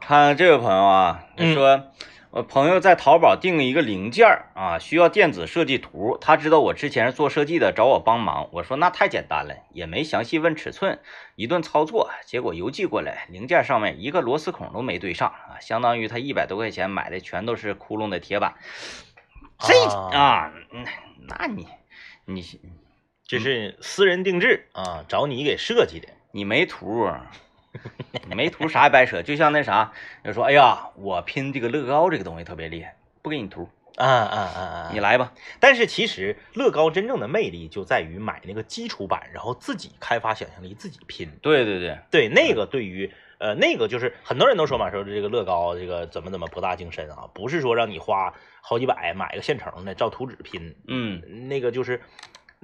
A: 看这位朋友啊，
B: 嗯
A: 说、我朋友在淘宝订了一个零件儿啊，需要电子设计图，他知道我之前是做设计的，找我帮忙。我说那太简单了，也没详细问尺寸，一顿操作，结果邮寄过来，零件上面一个螺丝孔都没对上啊，相当于他一百多块钱买的全都是窟窿的铁板。这
B: 啊
A: 啊，嗯那你你
B: 这是私人定制啊，找你给设计的。
A: 你没图儿，你没图啥也白扯。就像那啥，就说哎呀，我拼这个乐高这个东西特别厉害，不给你图，
B: 啊啊啊啊！
A: 你来吧。
B: 但是其实乐高真正的魅力就在于买那个基础版，然后自己开发想象力，自己拼。
A: 对对对，
B: 对，那个对于呃那个就是很多人都说嘛，说这个乐高这个怎么怎么博大精深啊，不是说让你花好几百买个现成的，照图纸拼。
A: 嗯
B: 那个就是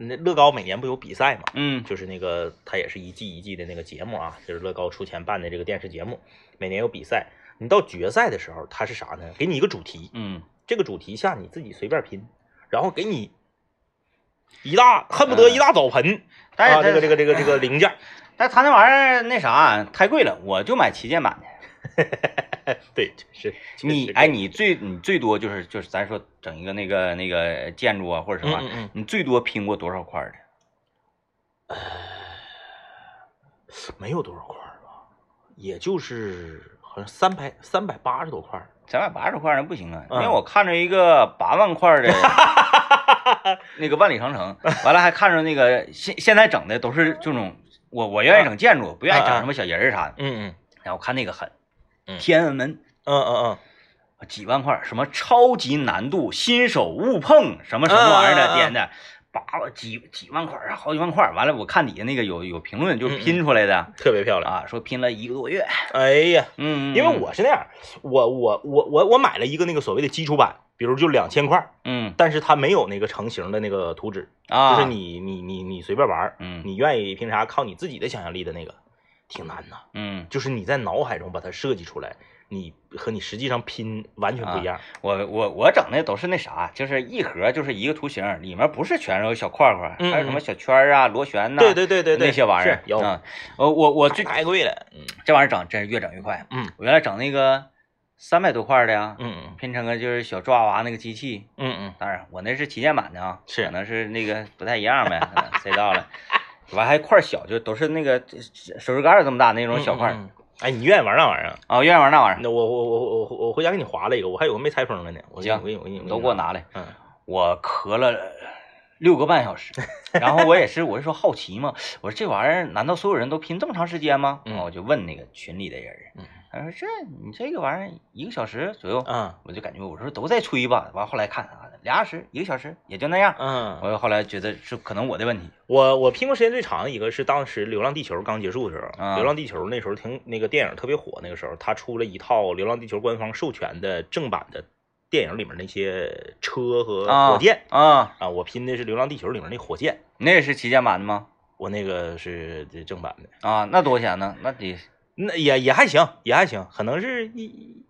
B: 那乐高每年不有比赛嘛，
A: 嗯
B: 就是那个它也是一季一季的那个节目啊，就是乐高出钱办的这个电视节目，每年有比赛。你到决赛的时候，它是啥呢？给你一个主题，
A: 嗯，
B: 这个主题下你自己随便拼，然后给你一大恨不得一大澡盆、
A: 但
B: 啊，
A: 是
B: 这个这
A: 个，
B: 个这个这个零件儿，
A: 但他那玩意儿那啥太贵了，我就买旗舰版的。
B: 对，是确
A: 你
B: 实
A: 哎，你最你最多就是就是咱说整一个那个那个建筑啊或者什
B: 嗯
A: 么，
B: 嗯嗯，
A: 你最多拼过多少块儿的？
B: 没有多少块儿吧，也就是好像三百三百八十多块儿，
A: 三百八十块儿那不行啊，因
B: 嗯
A: 为我看着一个八万块 儿的那个万里长城，完了还看着那个现现在整的都是这种，我我愿意整建筑，不愿意整什么小人儿啥的。
B: 嗯嗯
A: 然后看那个狠，
B: 嗯
A: 天安门
B: 嗯嗯嗯，
A: 几万块儿，什么超级难度，新手勿碰，什么什么玩意儿
B: 嗯嗯嗯
A: 的
B: 嗯
A: 点的，八万几几万块儿啊，好几万块儿。完了，我看底下那个有有评论
B: 嗯
A: 就是拼出来的
B: 特别漂亮，
A: 啊，说拼了一个多月，
B: 哎呀。
A: 嗯，嗯
B: 因为我是那样，我我我我我买了一个那个所谓的基础版，比如就两千块，
A: 嗯
B: 但是它没有那个成型的那个图纸，
A: 啊，
B: 就是你你你你随便玩儿，
A: 嗯
B: 你愿意凭啥靠你自己的想象力的那个，挺难的，
A: 嗯。
B: 就是你在脑海中把它设计出来，你和你实际上拼完全不一样。
A: 我我我整的都是那啥，就是一盒就是一个图形，里面不是全是小块块，
B: 嗯
A: 还有什么小圈儿啊、螺旋呐、
B: 对对对对对，
A: 那些玩意儿
B: 是有，
A: 啊。呃，我我
B: 这
A: 最
B: 太贵了。嗯
A: 这玩意儿整真是越整越快。
B: 嗯
A: 我原来整那个三百多块的呀，
B: 嗯
A: 拼成个就是小抓娃那个机器，
B: 嗯嗯
A: 当然我那是旗舰版的啊，
B: 是
A: 可能是那个不太一样呗，可能谁知道了。完还块儿小，就都是那个手指盖儿这么大那种
B: 嗯，
A: 小块儿
B: 嗯。嗯嗯哎，你愿意玩那玩意儿？
A: 啊，我愿意玩那玩意
B: 那我我我我我我回家给你划了一个，我还有个没拆封的呢。我给你
A: 行
B: 我给你我给你
A: 儿，都给我。拿来。
B: 嗯
A: 我咳了六个半小时，然后我也是，我是说好奇嘛，我说这玩意儿难道所有人都拼这么长时间吗？
B: 嗯
A: 我就问那个群里的人儿
B: 嗯，
A: 他说这你这个玩意儿一个小时左右，
B: 嗯
A: 我就感觉我说都在吹吧，完后来看啊，俩小时一个小时也就那样，
B: 嗯，
A: 我后来觉得是可能我的问题，
B: 我我拼过时间最长的一个是当时《流浪地球》刚结束的时候，
A: 啊
B: 流浪地球》那时候挺那个电影特别火，那个时候它出了一套《流浪地球》官方授权的正版的电影里面那些车和
A: 啊
B: 火箭
A: 啊，
B: 啊我拼的是《流浪地球》里面那火箭，
A: 你那也是旗舰版的吗？
B: 我那个是这正版的，
A: 啊，那多少钱呢？那得
B: 那也也还行，也还行，可能是一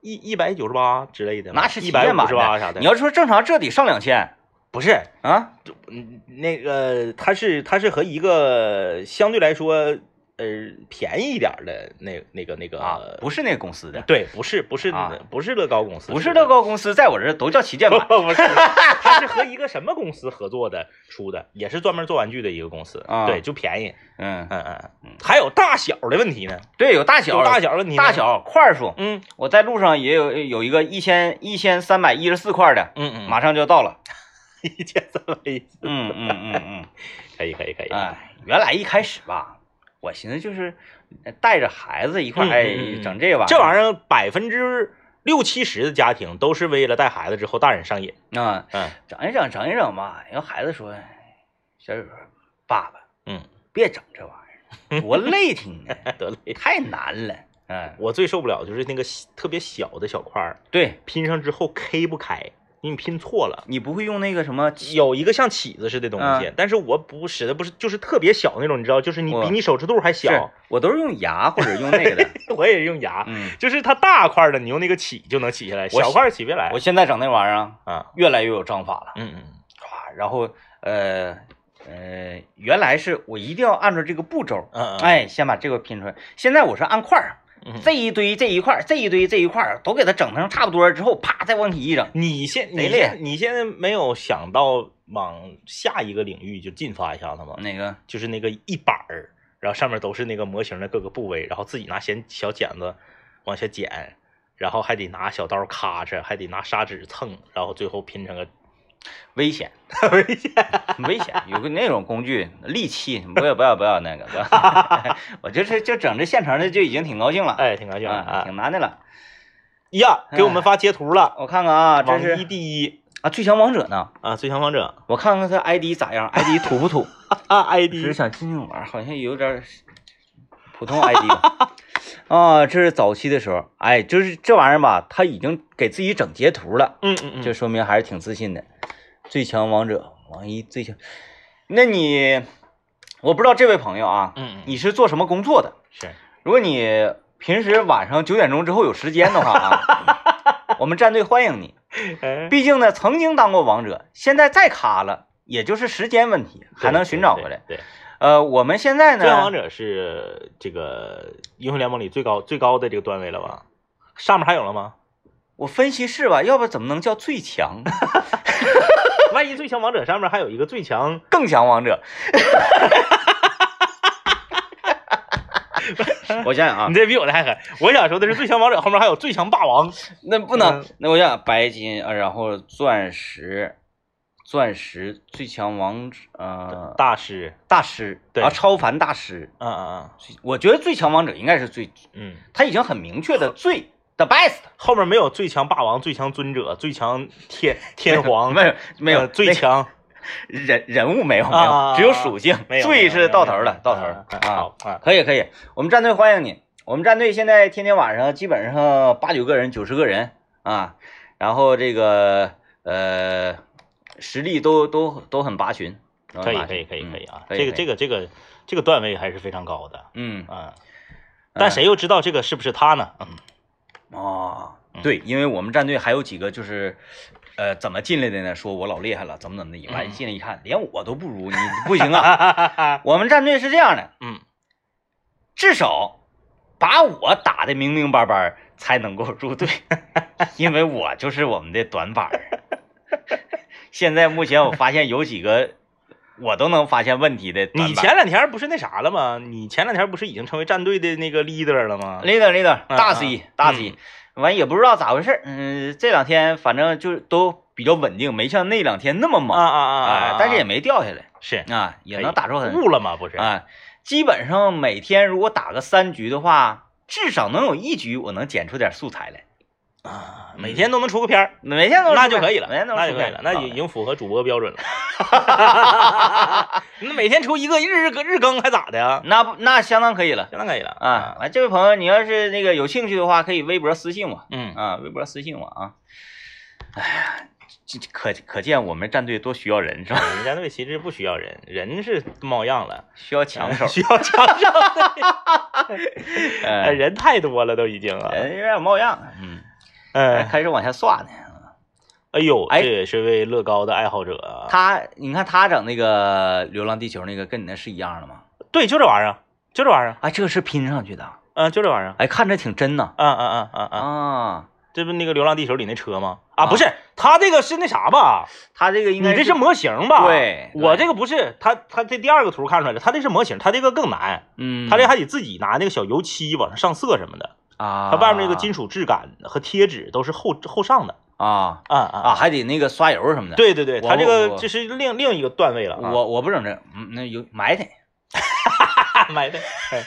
B: 一一百九十八之类的吧，
A: 那是旗
B: 一百
A: 舰版
B: 五十八啥
A: 的，
B: 的，
A: 你要说正常这得上两千
B: 不是
A: 啊，
B: 嗯，那个它是它是和一个相对来说呃呃便宜一点儿的那那个那个、
A: 啊，不是那个公司的，
B: 对，不是不是、
A: 啊
B: 呃不是乐高公司，
A: 不是乐高
B: 高，
A: 公司，在我这儿都叫旗舰
B: 不
A: 版
B: 不不 是，它是和一个什么公司合作的出的，也是专门做玩具的一个公司，
A: 啊
B: 对，就便宜，
A: 嗯，
B: 嗯嗯嗯，还有大小的问题呢，
A: 对，有大
B: 有
A: 小
B: 大小的问题呢，
A: 大小块数，
B: 嗯，
A: 我在路上也有有一个一千一千三百一十四块的，
B: 嗯嗯嗯，
A: 马上就到了。
B: 一千三百一，
A: 嗯嗯嗯
B: 可以可以可以，
A: 嗯，哎，原来一开始吧，我寻思就是带着孩子一块儿，
B: 嗯
A: 哎
B: 嗯嗯，嗯
A: 整这玩意儿，
B: 这玩意儿百分之六七十的家庭都是为了带孩子之后大人上瘾，
A: 意儿啊，
B: 嗯
A: 整一整，整一整吧。然后孩子说：“小雨，爸爸，
B: 嗯，
A: 别整这玩 意儿，多累挺的，
B: 得嘞。
A: 太难了。”嗯，
B: 我最受不了就是那个小特别小的小块儿，
A: 对
B: 拼上之后 K 不开，因为你拼错了。
A: 你不会用那个什么
B: 有一个像起子似的东西，但是我不使的不是就是特别小那种，你知道，就是你
A: 我
B: 比你手指肚还
A: 是
B: 小。
A: 我都是用牙或者用那 个的。
B: 我也是用牙，
A: 嗯，
B: 就是它大块的，你用那个起就能起下来，
A: 我
B: 小块起不来。
A: 我现在整那玩意儿啊
B: 啊，
A: 越来越有章法了。
B: 嗯嗯
A: 啊，然后呃呃，原来是我一定要按照这个步骤，
B: 嗯，嗯，
A: 哎，先把这个拼出来。现在我是按块儿，
B: 嗯
A: 这一堆这一块儿，这一堆这一块儿都给它整成差不多之后，啪，再往起一整。
B: 你现
A: 得
B: 你
A: 嘞
B: 现你现在没有想到往下一个领域就进发一下子吗？
A: 那个
B: 就是那个一板儿，然后上面都是那个模型的各个部位，然后自己拿剪小剪子往下剪，然后还得拿小刀咔哧，还得拿砂纸蹭，然后最后拼成个
A: 危险，
B: 危险。
A: 很 危险，有个那种工具，利器，不要不要不要那个，不 要我就是就整这现成的就已经挺高兴了，
B: 哎，挺高兴
A: 啊，
B: 啊！
A: 挺难的了。
B: 呀，给我们发截图了，
A: 我看看啊，这
B: 网一
A: 是
B: 第一
A: 啊，最强王者呢，
B: 啊，最强王者
A: 我看看他 ID 咋样，ID 土不 土？
B: 啊
A: 只是
B: ，ID
A: 想静静玩儿，好像有点儿普通 ID 吧。 啊，这是早期的时候，哎，就是这玩意儿吧，他已经给自己整截图了，
B: 嗯嗯嗯，
A: 这说明还是挺自信的。最强王者，王一最强。那你，我不知道这位朋友啊，
B: 嗯嗯
A: 你是做什么工作的？
B: 是
A: 如果你平时晚上九点钟之后有时间的话啊， 我们战队欢迎你。
B: 哎
A: 毕竟呢，曾经当过王者，现在再卡了，也就是时间问题，还能寻找回来。
B: 对，对
A: 呃，我们现 在
B: 最强王
A: 呢，
B: 者是这个英雄联盟里最高最高的这个段位了吧？上面还有了吗？
A: 我分析是吧？要不怎么能叫最强、
B: 万一最强王者上面还有一个最强
A: 更强王 者？我想想啊
B: 你，这比我的还狠。我想说的是，最强王者后面还有最强霸王。
A: 那不能，那我想想白金，呃然后钻石，钻石最强王者，呃，
B: 啊大师。
A: 大师
B: 对
A: 啊，超凡大师，
B: 嗯嗯
A: 最我觉得最强王者应该是最，
B: 嗯嗯，
A: 他已经很明确的最 the best，
B: 后面没有最强霸王、最强尊者、最强 天天皇，
A: 没有没有
B: 呃最
A: 那个
B: 强
A: 人人物没有没
B: 啊
A: 有，只有属性，
B: 没有，
A: 最
B: 最
A: 是到头了，到头了啊。
B: 好啊，
A: 可以可以，我们战队欢迎你。我们战队现在天天晚上基本上八九个人、九十个人啊，然后这个呃实力都都都很拔群，都
B: 可
A: 很
B: 以
A: 拔
B: 可以
A: 群
B: 可以可以啊，
A: 嗯
B: 这
A: 可
B: 个
A: 以
B: 这个这个这个段位还是非常高的
A: 嗯
B: 啊。但谁又知道这个是不是他呢？嗯，
A: 哦
B: 嗯
A: 对，因为我们战队还有几个就是。呃，怎么进来的呢？说我老厉害了，怎么怎么的以外，
B: 嗯
A: 进来一看，连我都不如你，不行啊！ 我们战队是这样的，
B: 嗯，
A: 至少把我打的明明白白儿才能够入 队，因为我就是我们的短板儿。现在目前我发现有几个我都能发现问题的短板。
B: 你前两天不是那啥了吗？你前两天不是已经成为战队的那个 leader 了吗？
A: leader leader
B: 嗯
A: 大
B: 嗯
A: C 大 C，完也不知道咋回事儿，嗯，这两天反正就都比较稳定，没像那两天那么
B: 啊
A: 猛，
B: 啊啊啊
A: 哎
B: 啊！，
A: 但是也没掉下来
B: 是
A: 啊，也
B: 可
A: 能
B: 以
A: 打出很
B: 悟了吗？不是
A: 啊，基本上每天如果打个三局的话，至少能有一局我能剪出点素材来，
B: 啊，每天都能出个片儿，
A: 每天都
B: 那
A: 是
B: 就
A: 这样
B: 可以了，
A: 每天都是
B: 那就
A: 这
B: 可以
A: 样
B: 了，那
A: 好
B: 已
A: 的
B: 经符合主播标准了。你每天出一个日更日更还咋的呀？
A: 那不那相当可以了
B: 相当可以了
A: 啊！！完，这位朋友，你要是那个有兴趣的话，可以微博私信我
B: 嗯，
A: 啊，微博私信我啊。哎呀，这这可可见我们战队多需要人是吧？
B: 我们战队其实不需要人，人是冒样了，
A: 需要抢手，
B: 需要抢手，
A: 哎
B: 哎人太多了都已经啊。
A: 人有点冒样，嗯，哎
B: 哎，
A: 开始往下算呢。
B: 哎呦，
A: 哎
B: 这也是位乐高的爱好者啊。
A: 他，你看他整那个《流浪地球》那个，跟你那是一样的吗？
B: 对，就这玩意儿，就这玩意儿，
A: 哎，这是拼上去的，
B: 嗯，就这玩意儿，
A: 哎，看着挺真呐。
B: 啊啊啊啊啊，
A: 啊，
B: 这不那个《流浪地球》里那车吗？
A: 啊
B: 啊，不是，他这个是那啥吧？
A: 他这个应
B: 你
A: 该
B: 这是模型吧？
A: 对对
B: 我这个不是，他他这第二个图看出来了，他这是模型，他这个更难，
A: 嗯，
B: 他这还得自己拿那个小油漆往上上色什么的，
A: 啊，
B: 它外面那个金属质感和贴纸都是后后上的，
A: 啊
B: 啊
A: 啊，
B: 啊，
A: 还得那个刷油什么的。，
B: 对对对，
A: 我
B: 它这
A: 我
B: 个这是另另一个段位了啊，
A: 我我不整这，嗯，那有埋汰。
B: 买 的，哎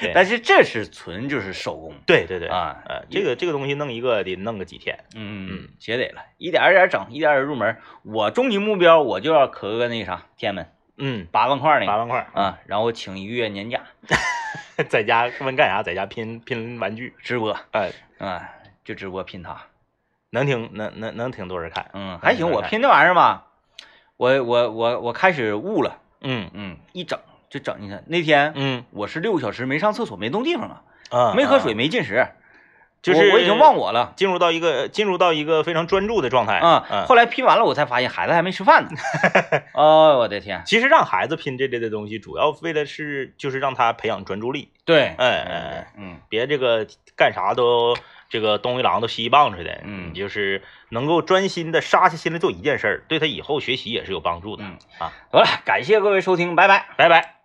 B: 对
A: 但是这是纯就是手工，
B: 对对对
A: 啊
B: 呃，这个这个东西弄一个得弄个几天，
A: 嗯
B: 嗯，
A: 写得了，一点儿一点儿整，一点儿一点儿入门。我终极目标我就要磕个那啥天安门
B: 嗯，
A: 八万块儿那
B: 八
A: 个
B: 万块，
A: 啊，然后请一个月年假
B: 在家问干啥，在家拼拼玩具，
A: 直播
B: 哎，
A: 啊，就直播拼它，
B: 能挺能能能挺多人看，
A: 嗯，还行，
B: 嗯
A: 我拼这玩意儿吧，我我我我开始悟了，
B: 嗯
A: 嗯，一整就整进去。那天
B: 嗯
A: 我是六个小时没上厕所，没动地方啊，
B: 啊，
A: 没喝水，
B: 啊，
A: 没进食，
B: 就是
A: 我我已经忘我了。
B: 进入到一个进入到一个非常专注的状态嗯
A: 啊，后来拼完了，我才发现孩子还没吃饭呢。哦，我的天！
B: 其实让孩子拼这类的东西，主要为了是就是让他培养专注力，
A: 对，
B: 哎哎，
A: 嗯
B: 别这个干啥都这个东一榔头西一棒槌的，
A: 嗯
B: 你就是能够专心的杀下心来做一件事儿，对他以后学习也是有帮助的、
A: 嗯
B: 啊。
A: 好了，感谢各位收听，拜拜。
B: 拜拜。